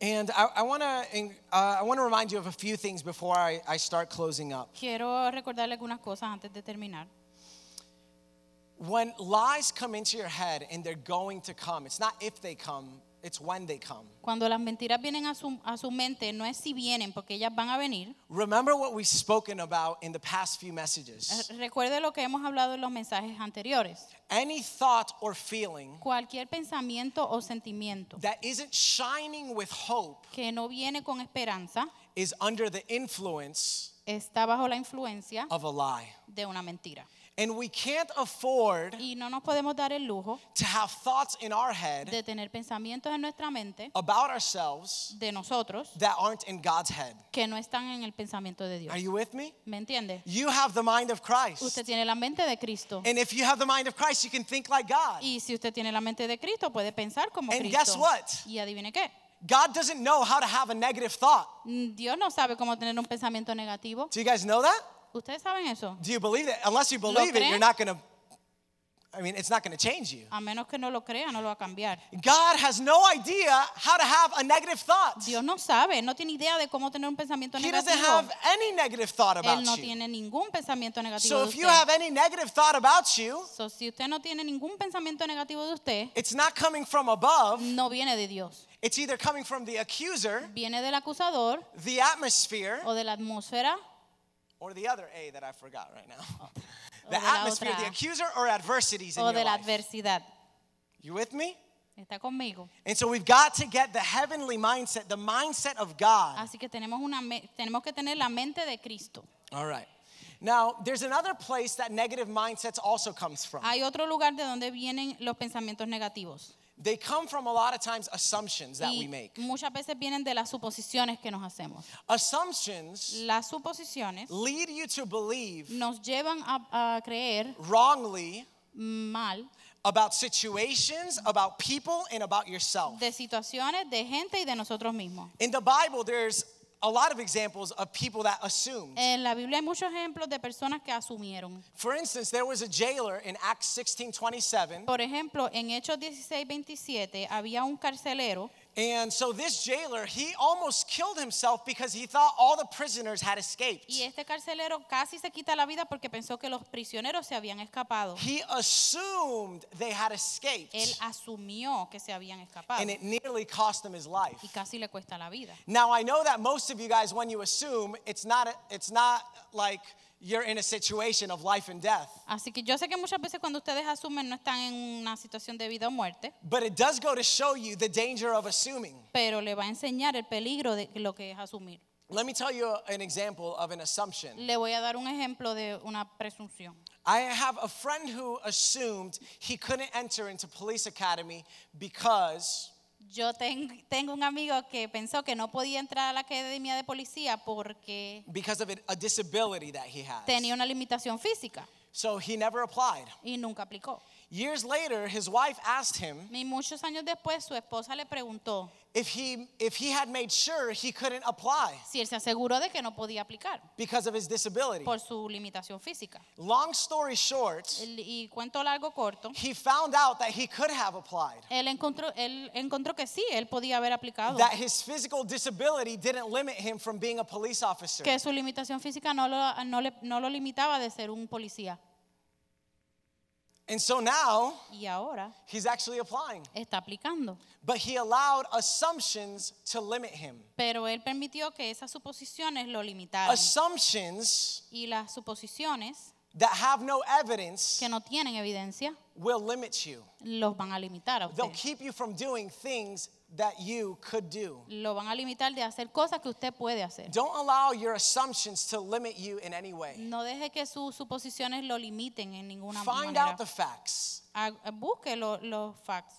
And I, I want to uh, I want to remind you of a few things before I, I start closing up. Quiero recordarle algunas cosas antes de terminar. When lies come into your head and they're going to come, it's not if they come, it's when they come. Cuando las mentiras vienen a su, a su mente, no es si vienen, porque ellas van a venir. Remember what we've spoken about in the past few messages. Eh, Recuerde lo que hemos hablado en los mensajes anteriores. Any thought or feeling Cualquier pensamiento o sentimiento that isn't shining with hope que no viene con esperanza is under the influence está bajo la influencia of a lie. de una mentira. And we can't afford Y no nos podemos dar el lujo to have thoughts in our head de tener pensamientos en nuestra mente about ourselves de nosotros that aren't in God's head. que no están en el pensamiento de Dios. Are you with me? ¿Me entiende? You have the mind of Christ. Usted tiene la mente de Cristo. And if you have the mind of Christ, you can think like God. Y si usted tiene la mente de Cristo, puede pensar como And Cristo. guess what? Y adivine qué. God doesn't know how to have a negative thought. Mm, Dios no sabe cómo tener un pensamiento negativo. Do you guys know that? ¿Ustedes saben eso? Do you believe that? Unless you believe it, creen? you're not going to, I mean, it's not going to change you. A menos que no lo crea, no lo va a cambiar. God has no idea how to have a negative thought. Dios no sabe, no tiene idea de cómo tener un pensamiento He negativo. doesn't have any negative thought Él about no you. tiene ningún pensamiento negativo So de if you usted. have any negative thought about you, So, si usted no tiene ningún pensamiento negativo de usted, it's not coming from above. no viene de Dios. It's either coming from the accuser, Viene del acusador the atmosphere, o de la atmósfera or the other A that I forgot right now. o de The la atmosphere, the otra accuser, or adversities in o your de la life. adversidad. You with me? Está conmigo. And so we've got to get the heavenly mindset, the mindset of God. Así que tenemos, una, me- tenemos que tener la mente de Cristo. All right. Now, there's another place that negative mindsets also comes from. Hay otro lugar de donde vienen los pensamientos negativos. They come from a lot of times assumptions that Y we make. muchas veces vienen de las suposiciones que nos hacemos. Assumptions Las suposiciones lead you to believe nos llevan a, a creer wrongly mal about situations, about people, and about yourself. de situaciones, de gente y de nosotros mismos. In the Bible, there's a lot of examples of people that assumed. En la Biblia hay muchos ejemplos de personas que asumieron. For instance, there was a jailer in Acts 16 27. Por ejemplo, en Hechos 16, 27 había un carcelero And so this jailer, he almost killed himself because he thought all the prisoners had escaped. y este carcelero casi se quita la vida porque pensó que los prisioneros se habían escapado. He assumed they had escaped, Él asumió que se habían escapado and it nearly cost him his life. y casi le cuesta la vida. Now I know that most of you guys, when you assume, it's not it's not like you're in a situation of life and death. Así que yo sé que muchas veces cuando ustedes asumen no están en una situación de vida o muerte, But it does go to show you the danger of assuming. pero le va a enseñar el peligro de lo que es asumir. Let me tell you an example of an assumption. Le voy a dar un ejemplo de una presunción. I have a friend who assumed he couldn't enter into police academy because Yo ten- tengo un amigo que pensó que no podía entrar a la academia de policía porque because of it- a disability that he has. tenía una limitación física So he never applied. y nunca aplicó. Years later, his wife asked him Y muchos años después su esposa le preguntó if he, if he had made sure he couldn't apply si él se aseguró de que no podía aplicar because of his disability. por su limitación física. Long story short, El- Y cuento largo corto, he found out that he could have applied, él encontró, él encontró que sí, él podía haber aplicado, that his physical disability didn't limit him from being a police officer. que su limitación física no lo, no le- no lo limitaba de ser un policía. And so now Y ahora he's actually applying, está aplicando. but he allowed assumptions to limit him. Pero él permitió que esas suposiciones lo limitaran. Assumptions Y las suposiciones that have no evidence que no tienen evidencia will limit you. los van a limitar a usted. They'll keep you from doing things that you could do. Lo van a limitar de hacer cosas que usted puede hacer. Don't allow your assumptions to limit you in any way. No deje que sus suposiciones lo limiten en ninguna Find manera. out the facts. Ha- Busque lo- los facts.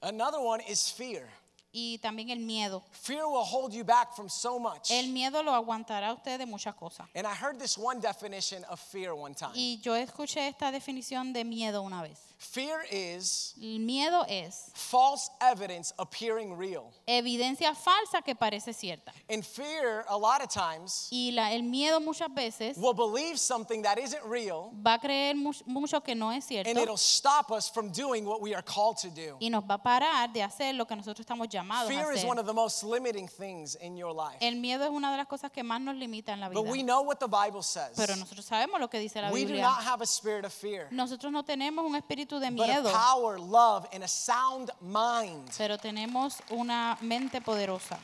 Another one is fear. Y también el miedo. Fear will hold you back from so much. El miedo lo aguantará a usted de muchas cosas. And I heard this one definition of fear one time. Y yo escuché esta definición de miedo una vez. Fear is El miedo es false evidence appearing real. evidencia falsa que parece cierta. And fear, a lot of times, Y la- el miedo muchas veces will believe something that isn't real va a creer mu- mucho que no es and cierto it'll stop us from doing what we are called to do. y nos va a parar de hacer lo que nosotros estamos llamados a Fear is one hacer. of the most limiting things in your life. El miedo es una de las cosas que más nos limita en la vida. But we know what the Bible says. Pero nosotros sabemos lo que dice la We do Biblia. not have a spirit of fear, Nosotros no tenemos un espíritu de but miedo, of power, love, and a sound mind. pero tenemos una mente poderosa.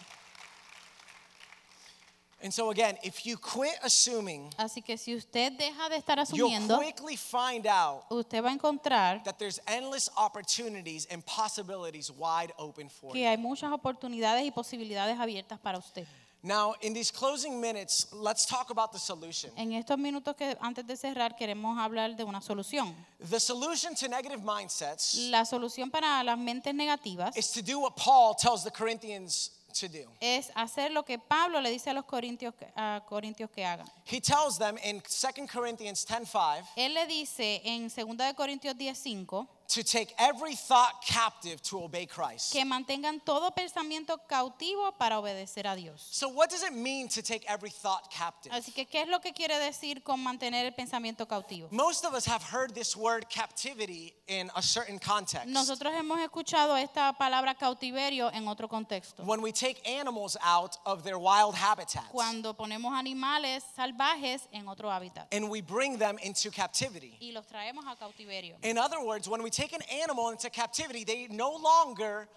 And so, again, if you quit assuming, Así que si usted deja de estar you'll asumiendo, quickly find out usted va a encontrar that there's endless opportunities and possibilities wide open for que you. hay muchas oportunidades y posibilidades abiertas para usted. Now, in these closing minutes, let's talk about the solution. En estos minutos que antes de cerrar queremos hablar de una solución. The solution to negative mindsets La solución para las mentes negativas is to do what Paul tells the Corinthians to do. es hacer lo que Pablo le dice a los corintios que, a corintios que hagan. He tells them in 2 Corinthians 10:5 Él le dice en 2 de Corintios 10:5 to take every thought captive to obey Christ. que mantengan todo pensamiento cautivo para obedecer a Dios. So what does it mean to take every thought captive? Así que, ¿qué es lo que quiere decir con mantener el pensamiento cautivo? Most of us have heard this word captivity in a certain context. Nosotros hemos escuchado esta palabra cautiverio en otro contexto. When we take animals out of their wild habitats Cuando ponemos animales salvajes en otro hábitat and we bring them into captivity. y los traemos a cautiverio. In other words, when we take an animal into captivity, they no longer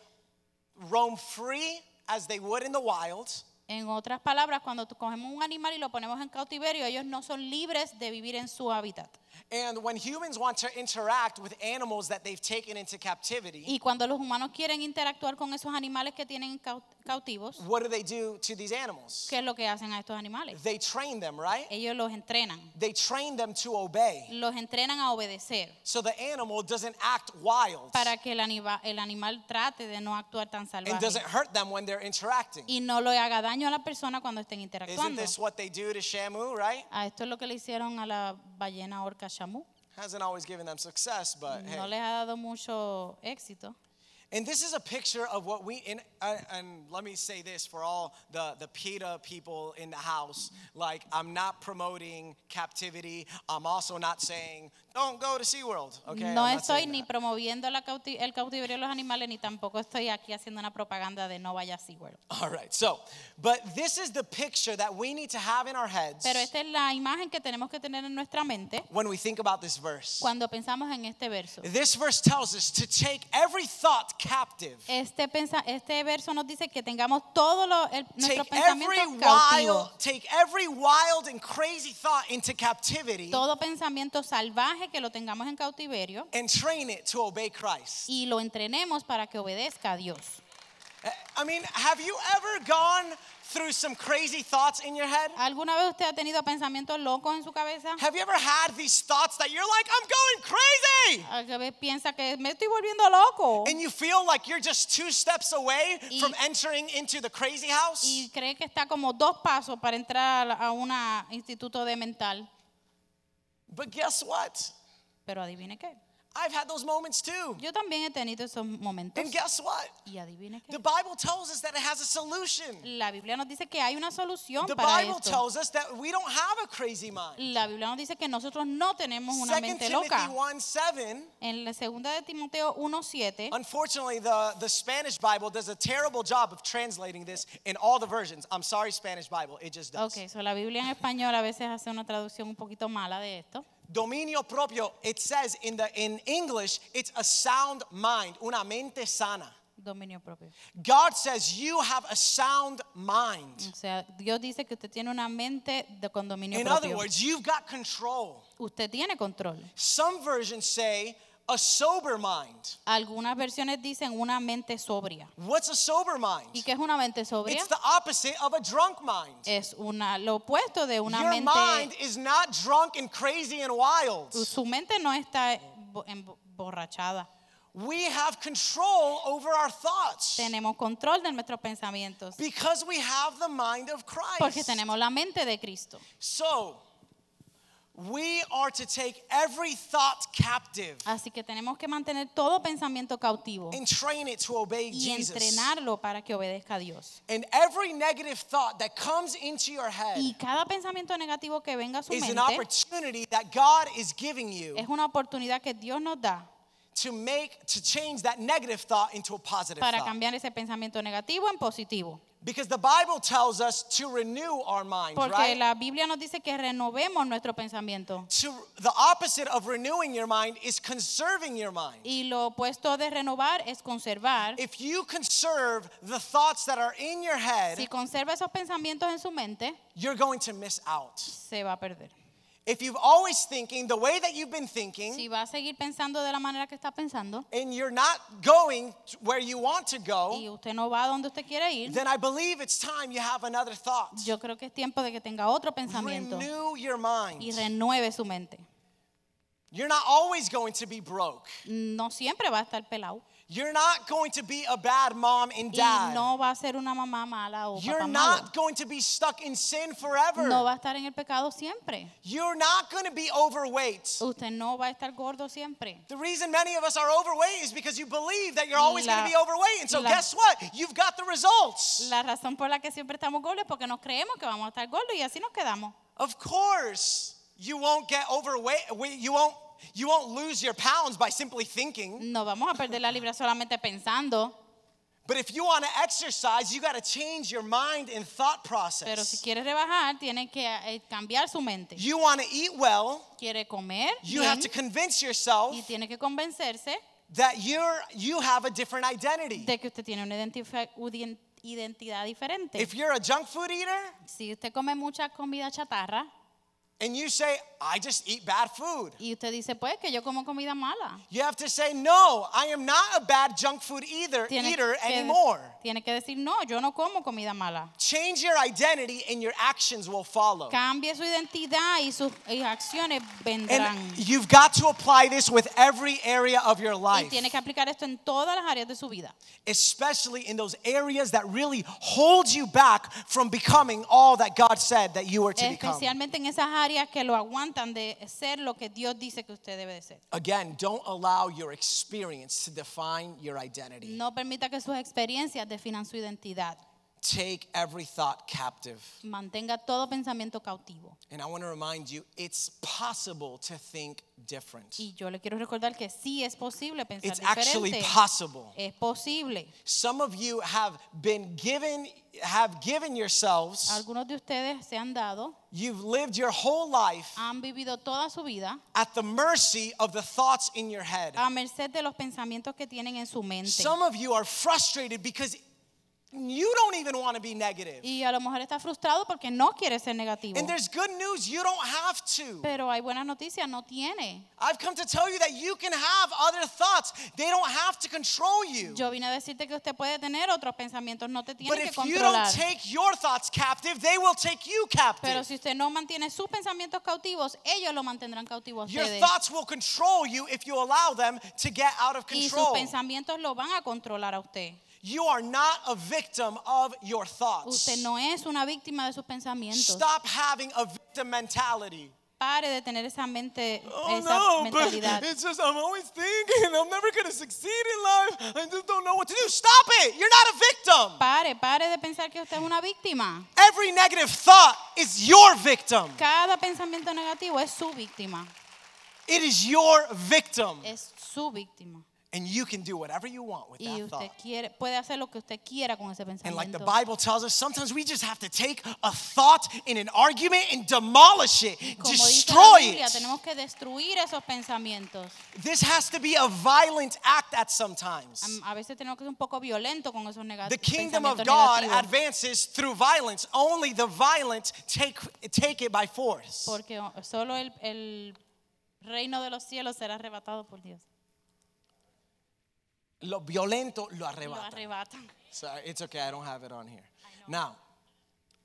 roam free as they would in the wild. En otras palabras, cuando tú- cogemos un animal y lo ponemos en cautiverio, ellos no son libres de vivir en su hábitat. And when humans want to interact with animals that they've taken into captivity, Y cuando los humanos quieren interactuar con esos animales que tienen cau- cautivos, what do they do to these animals? ¿qué es lo que hacen a estos animales? They train them, right? Ellos los entrenan, They train them to obey. los entrenan a obedecer So the animal doesn't act wild para que el, aniva- el animal trate de no actuar tan and salvaje doesn't hurt them when they're interacting. y no le haga daño a la persona cuando estén Isn't interactuando. this what they do to Shamu, right? A esto es lo que le hicieron a la ballena orca Shamu. Hasn't always given them success, but hey. No les ha dado mucho éxito. And this is a picture of what we, and, uh, and let me say this for all the, the PETA people in the house. Like, I'm not promoting captivity. I'm also not saying, don't go to SeaWorld, okay? no I'm not estoy saying ni that. promoviendo la cauti- el cautiverio de los animales, ni tampoco estoy aquí haciendo una propaganda de no vaya a SeaWorld. All right, so, but this is the picture that we need to have in our heads Pero esta es la imagen que tenemos que tener en nuestra mente when we think about this verse. cuando pensamos en este verso. This verse tells us to take every thought captive, Este, pensa- este verso nos dice que tengamos todos los el- nuestros take every pensamientos wild, cautivos. take every wild and crazy thought into captivity Todo pensamiento salvaje que lo tengamos en cautiverio and train it to obey Christ. y lo entrenemos para que obedezca a Dios. I mean, have you ever gone through some crazy thoughts in your head? ¿Alguna vez usted ha tenido pensamientos locos en su cabeza? Have you ever had these thoughts that you're like, I'm going crazy? ¿Alguna vez piensa que me estoy volviendo loco? And you feel like you're just two steps away Y- from entering into the crazy house? y cree que está como dos pasos para entrar a un instituto de mental, But guess what? pero adivine qué. I've had those moments too. Yo también he tenido esos momentos. And guess what? Y adivine qué. The Bible tells us that it has a solution. La Biblia nos dice que hay una solución The para Bible esto. tells us that we don't have a crazy mind. La Biblia nos dice que nosotros no tenemos una 2 mente Timothy loca. 1 7, En la segunda de Timoteo 1:7 unfortunately, the, the Spanish Bible does a terrible job of translating this in all the versions. I'm sorry, Spanish Bible, it just does. Ok, so la Biblia en español a veces hace una traducción un poquito mala de esto. Dominio propio, it says in, the, in English, it's a sound mind, una mente sana. Dominio propio. God says you have a sound mind. O sea, Dios dice que usted tiene una mente de con Mm, dominio In other propio. words, you've got control. usted tiene control. Some versions say a sober mind. Algunas versiones dicen una mente sobria. What's a sober ¿Y mind? qué es una mente sobria? It's the opposite of a drunk mind. Es una, lo opuesto de una Your mente. mind is not drunk and crazy and wild. Su mente no está bo- emborrachada. We have control over our thoughts Tenemos control de nuestros pensamientos because we have the mind of porque Christ. tenemos la mente de Cristo. So, we are to take every thought captive Así que tenemos que mantener todo pensamiento cautivo and train it to obey y Jesus. entrenarlo para que obedezca a Dios. And every negative thought that comes into your head Y cada pensamiento negativo que venga a su is an mente opportunity that God is giving you es una oportunidad que Dios nos da to make to change that negative thought into a positive para thought. cambiar ese pensamiento negativo en positivo. Because the Bible tells us to renew our mind, Porque right? la Biblia nos dice que renovemos nuestro pensamiento. to the opposite of renewing your mind is conserving your mind. Y lo opuesto de renovar es conservar. If you conserve the thoughts that are in your head, Si conserva esos pensamientos en su mente, you're going to miss out. se va a perder. If you've always thinking the way that you've been thinking Si va a seguir pensando de la manera que está pensando and you're not going to where you want to y go, usted no va a donde usted quiere ir, then I believe it's time you have another thought. yo creo que es tiempo de que tenga otro pensamiento Renew your mind. y renueve su mente. You're not always going to be broke. No siempre va a estar pelado You're not going to be a bad mom and y dad. no va a ser una mamá mala o You're papá malo. not going to be stuck in sin forever. No va a estar en el pecado siempre. You're not going to be overweight. Usted no va a estar gordo siempre. The reason many of us are overweight is because you believe that you're always La- going to be overweight. And so, la- guess what? You've got the results. La razón por la que siempre estamos gordos es porque nos creemos que vamos a estar gordos y así nos quedamos. Of course, you won't get overweight. we- You won't. You won't lose your pounds by simply thinking. No vamos a perder la libra solamente pensando, But if you want to exercise, you got to change your mind and thought pero si process. quiere rebajar tiene que eh, cambiar su mente. You want to eat well. Quiere comer You bien have to convince yourself y tiene que convencerse that you're you have a different identity. de que usted tiene una identifi- udien- identidad diferente. If you're a junk food eater Si usted come mucha comida chatarra and you say, I just eat bad food, y usted dice, pues que yo como comida mala, you have to say, No, I am not a bad junk food either tiene eater que, anymore. tiene que decir, no, yo no como comida mala. Change your identity and your actions will follow. Cambie su identidad y sus y acciones vendrán. And you've got to apply this with every area of your Y life, tiene que aplicar esto en todas las áreas de su vida, especially in those areas that really hold you back from becoming all that God said that you were to become. especialmente en esas áreas que lo aguantan de ser lo que Dios dice que usted debe de ser. Again, don't allow your experience to define your identity. No permita que sus experiencias definan su identidad. Take every thought captive. Mantenga todo pensamiento cautivo. And I want to remind you, it's possible to think different. Y yo le quiero recordar que sí es posible pensar It's actually diferente. possible. Es posible. Some of you have been given, have given yourselves, Algunos de ustedes se han dado, you've lived your whole life han vivido toda su vida at the mercy of the thoughts in your head. a merced de los pensamientos que tienen en su mente. Some of you are frustrated because you don't even want to be negative. Y a lo mejor está frustrado porque no quiere ser negativo. And there's good news, you don't have to. Pero hay buenas noticias, no tiene. I've come to tell you that you can have other thoughts, they don't have to control you. Yo vine a decirte que usted puede tener otros pensamientos, no te tiene But que if you don't controlar. take your thoughts captive, they will take you Pero captive. si usted no mantiene sus pensamientos cautivos, ellos lo mantendrán cautivo a Your ustedes. thoughts will control you if you allow them to get out of Y sus control. pensamientos lo van a controlar a usted. You are not a victim of your thoughts. Usted no es una víctima de sus pensamientos. Stop having a victim mentality. Pare de tener esa mente, Oh esa no, but mentalidad. it's just I'm always thinking I'm never gonna succeed in life. I just don't know what to do. Stop it! You're not a victim. Pare, pare de pensar que usted es una víctima. Every negative thought is your victim. Cada pensamiento negativo es su víctima. It is your victim. Es su víctima. And you can do whatever you want with Y that usted thought. quiere, puede hacer lo que usted quiera con ese And like pensamiento. the Bible tells us, sometimes we just have to take a thought in an argument and demolish it, Como dice la destroy Biblia, it. tenemos que destruir esos pensamientos. This has to be a violent act at sometimes. Am- A veces tenemos que ser un poco violento con esos nega- The pensamientos kingdom of God negativos. advances through violence. Only the violent take, take it by force. Porque o- solo el, el reino de los cielos será arrebatado por Dios. Lo violento lo Lo arrebata. arrebatan. Sorry, it's okay. I don't have it on here. Now,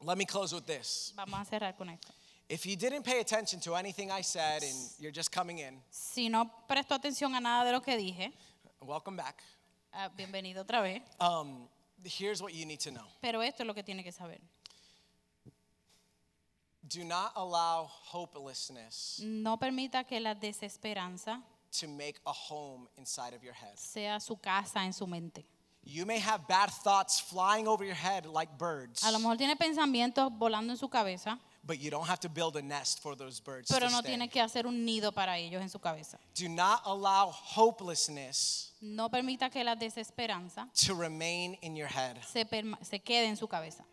let me close with this. Vamos a cerrar con esto. If you didn't pay attention to anything I said and you're just coming in, Si no prestó atención a nada de lo que dije, welcome back. ah, bienvenido otra vez. Um, here's what you need to know. Pero esto es lo que tiene que saber. Do not allow hopelessness No permita que la desesperanza to make a home inside of your head. sea su casa en su mente. You may have bad thoughts flying over your head like birds, A lo mejor tiene pensamientos volando en su cabeza, but you don't have to build a nest for those birds pero to no stay. tiene que hacer un nido para ellos en su cabeza. Do not allow hopelessness No permita que la desesperanza to remain in your head. se, perma- se quede en su cabeza.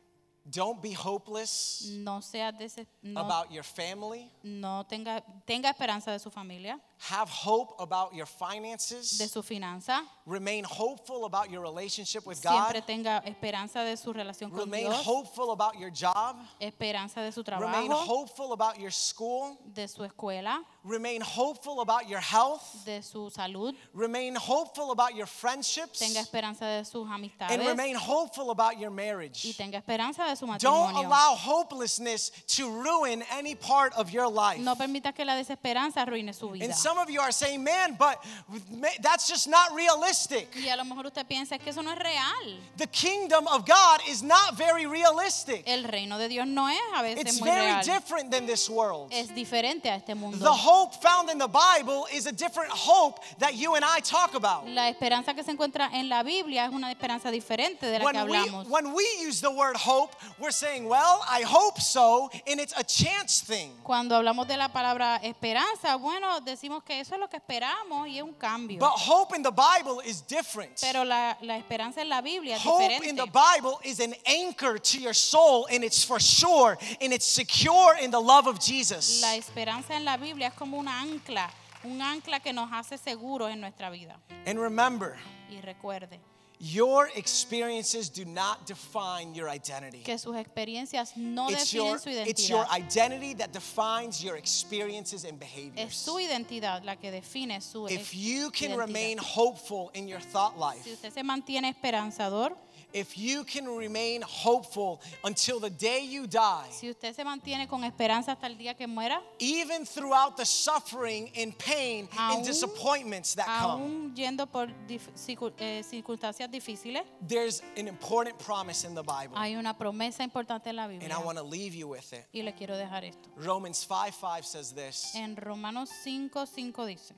Don't be hopeless No sea dese- no, about your family. no tenga tenga esperanza de su familia, Have hope about your de finances. su finanza. Remain hopeful about your relationship with Siempre God. tenga esperanza de su relación con Remain Dios, hopeful about your job. esperanza de su Remain trabajo, hopeful about your school. de su escuela, Remain hopeful about your health. de su salud. Remain hopeful about your friendships. Tenga esperanza de sus And amistades remain hopeful about your y marriage. tenga esperanza de su Don't matrimonio. allow hopelessness to ruin any part of your life. No permita que la desesperanza arruine su vida. And some of you are saying, man, but with ma- that's just not realistic. Y a lo mejor usted piensa "Es que eso no es real. The kingdom of God is not very realistic. El reino de Dios no es a veces It's muy very real. different than this world. Es diferente a este The mundo. hope found in the Bible is a different hope that you and I talk about. La esperanza que se encuentra en la Biblia es una esperanza diferente de la que When we, hablamos. when we use the word hope, we're saying, well, I hope so, and it's a chance thing. Cuando hablamos de la palabra esperanza, bueno, decimos que eso es lo que esperamos y es un cambio. But hope in the Bible is different. Pero la, la esperanza en la Biblia es Hope in diferente. the Bible is an anchor to your soul, and it's for sure, and it's secure in the love of Jesus. La esperanza en la Biblia es como una ancla, un ancla que nos hace seguros en nuestra vida. And remember, Y recuerde your experiences do not define your identity. que sus experiencias no It's your, definen su it's your identidad. identity that defines your experiences and Es behaviors. su identidad la que define su ex- If you can identidad. remain hopeful in your thought Si life, usted se mantiene esperanzador, if you can remain hopeful until the day you die, si usted se mantiene con esperanza hasta el día que muera, even throughout the suffering and pain and Aún- disappointments that Ah, come, aún yendo por dif- circu- eh, circunstancias difíciles, there's an important promise in the Bible, hay una promesa importante en la and I Biblia. want to leave you with it. Y le quiero dejar esto. Romans 5 5 says this En Romanos 5, 5 dice,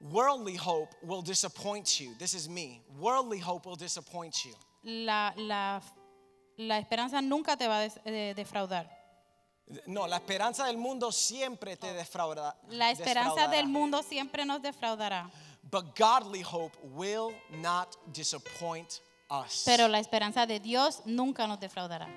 Worldly hope will disappoint you. This is me. Worldly hope will disappoint you. la, la, la esperanza nunca te va a des- eh, defraudar. No, la esperanza del mundo siempre te defrauda. La esperanza del defraudará. mundo siempre nos defraudará, But godly hope will not disappoint us. pero la esperanza de Dios nunca nos defraudará.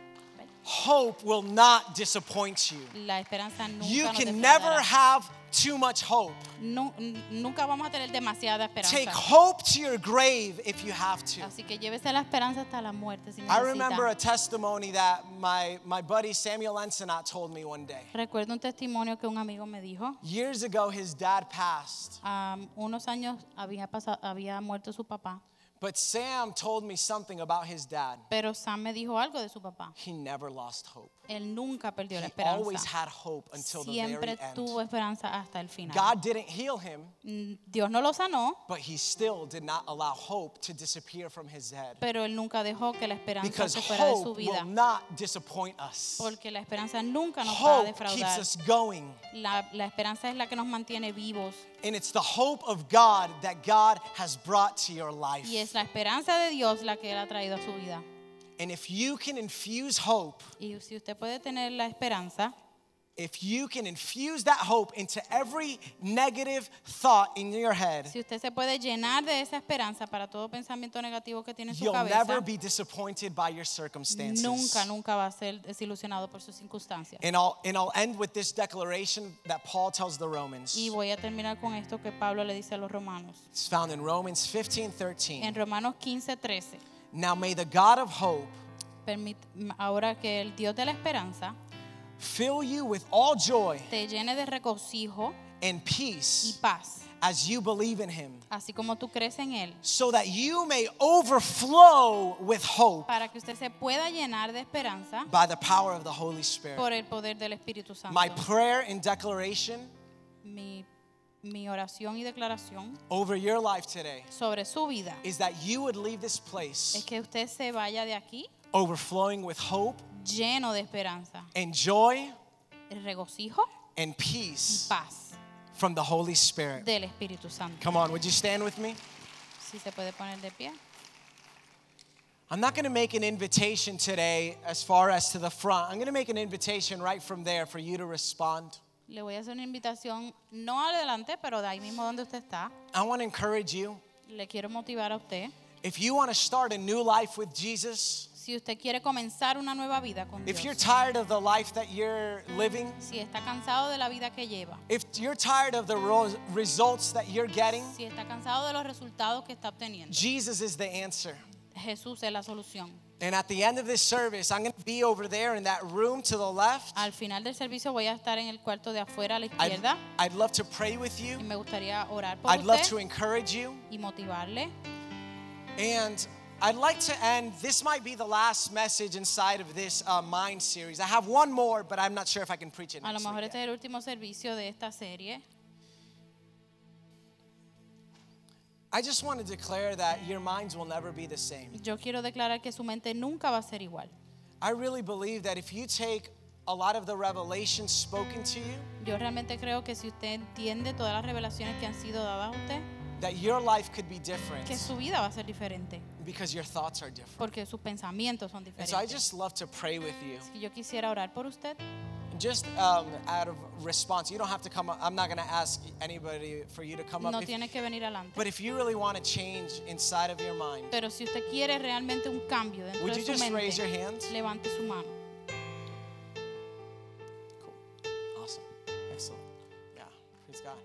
hope will not disappoint you. La esperanza nunca You nos can defraudará. never have too much hope. Nu- n- nunca vamos a tener demasiada esperanza. Take hope to your grave if you have to. Así que llévese la esperanza hasta la muerte. Si I necesita. remember a testimony that my, my buddy Samuel Ensenat told me one day. Recuerdo un testimonio que un amigo me dijo. Years ago, his dad passed, um, unos años había, pasado, había muerto su papá, But Sam told me something about his dad. Pero Sam me dijo algo de su papá. He never lost hope. Él nunca perdió la He always esperanza. had hope until the very Siempre end. tuvo esperanza hasta el final. God didn't heal him, Mm, Dios no lo sanó, but he still did not allow hope to disappear from his head. pero él nunca dejó que la esperanza Because se fuera de hope su will vida. not disappoint us. Porque la esperanza nunca nos va a Hope keeps defraudar. us going. La, la esperanza es la que nos mantiene vivos. And it's the hope of God that God has brought to your life. Y es la esperanza de Dios la que él ha traído a su vida. And if you can infuse hope, Y si usted puede tener la esperanza, if you can infuse that hope into every negative thought in your head, si usted se puede llenar de esa esperanza para todo pensamiento negativo que tiene en su you'll never cabeza, be disappointed by your circumstances. nunca, nunca va a ser desilusionado por sus circunstancias. And I'll, and I'll end with this declaration that Paul tells the Romans. Y voy a terminar con esto que Pablo le dice a los romanos. It's found in Romans 15 13. En Romanos 15, 13. now may the God of hope permit- ahora que el Dios de la esperanza fill you with all joy te llene de regocijo and y peace paz, as you believe in him, así como tú crees en Él, so that you may overflow with hope para que usted se pueda llenar de esperanza by the power of the Holy Spirit. por el poder del Espíritu Santo. My prayer and declaration Mi, mi oración y declaración over your life today sobre su vida is that you would leave this es place que usted se vaya de aquí overflowing with hope lleno de esperanza, and joy regocijo and y peace paz from the Holy Spirit. del Espíritu Santo. Come on, would you stand with me? Si se puede poner de pie. I'm not going to make an invitation today as far as to the front. I'm going to make an invitation right from there for you to respond. Le voy a hacer una invitación, no adelante, pero de ahí mismo donde usted está. I want to encourage you. Le quiero motivar a usted. If you want to start a new life with Jesus, Si usted quiere comenzar una nueva vida con if you're Dios, tired of the life that you're living, si está cansado de la vida que lleva, if you're tired of the ro- results that you're getting, si está cansado de los resultados que está obteniendo, Jesus is the answer. Jesús es la solución. And at the end of this service, I'm going to be over there in that room to the left. Al final del servicio voy a estar en el cuarto de afuera a la I'd, izquierda I'd love to pray with you. y me gustaría orar por I'd love usted to encourage you. y motivarle. And I'd like to end. This might be the last message inside of this uh, Mind series. I have one more, but I'm not sure if I can preach it. A lo next mejor week este es el último servicio de esta serie. yet. I just want to declare that your minds will never be the same. Yo quiero declarar que su mente nunca va a ser igual. I really believe that if you take a lot of the revelations spoken to you, Yo realmente creo que si usted entiende todas las revelaciones que han sido dadas a usted, that your life could be different que su vida va a ser diferente, because your thoughts are different. porque sus pensamientos son And so I diferentes. just love to pray with you. Si yo quisiera orar por usted, Just um, out of response, you don't have to come up. I'm not going to ask anybody for you to come up. no If- tiene que venir adelante. but if you really want to change inside of your mind, Pero si usted quiere realmente un cambio dentro Would de you su just mente, raise your hands? levante su mano. Cool. Awesome. Excellent. Yeah. Praise God.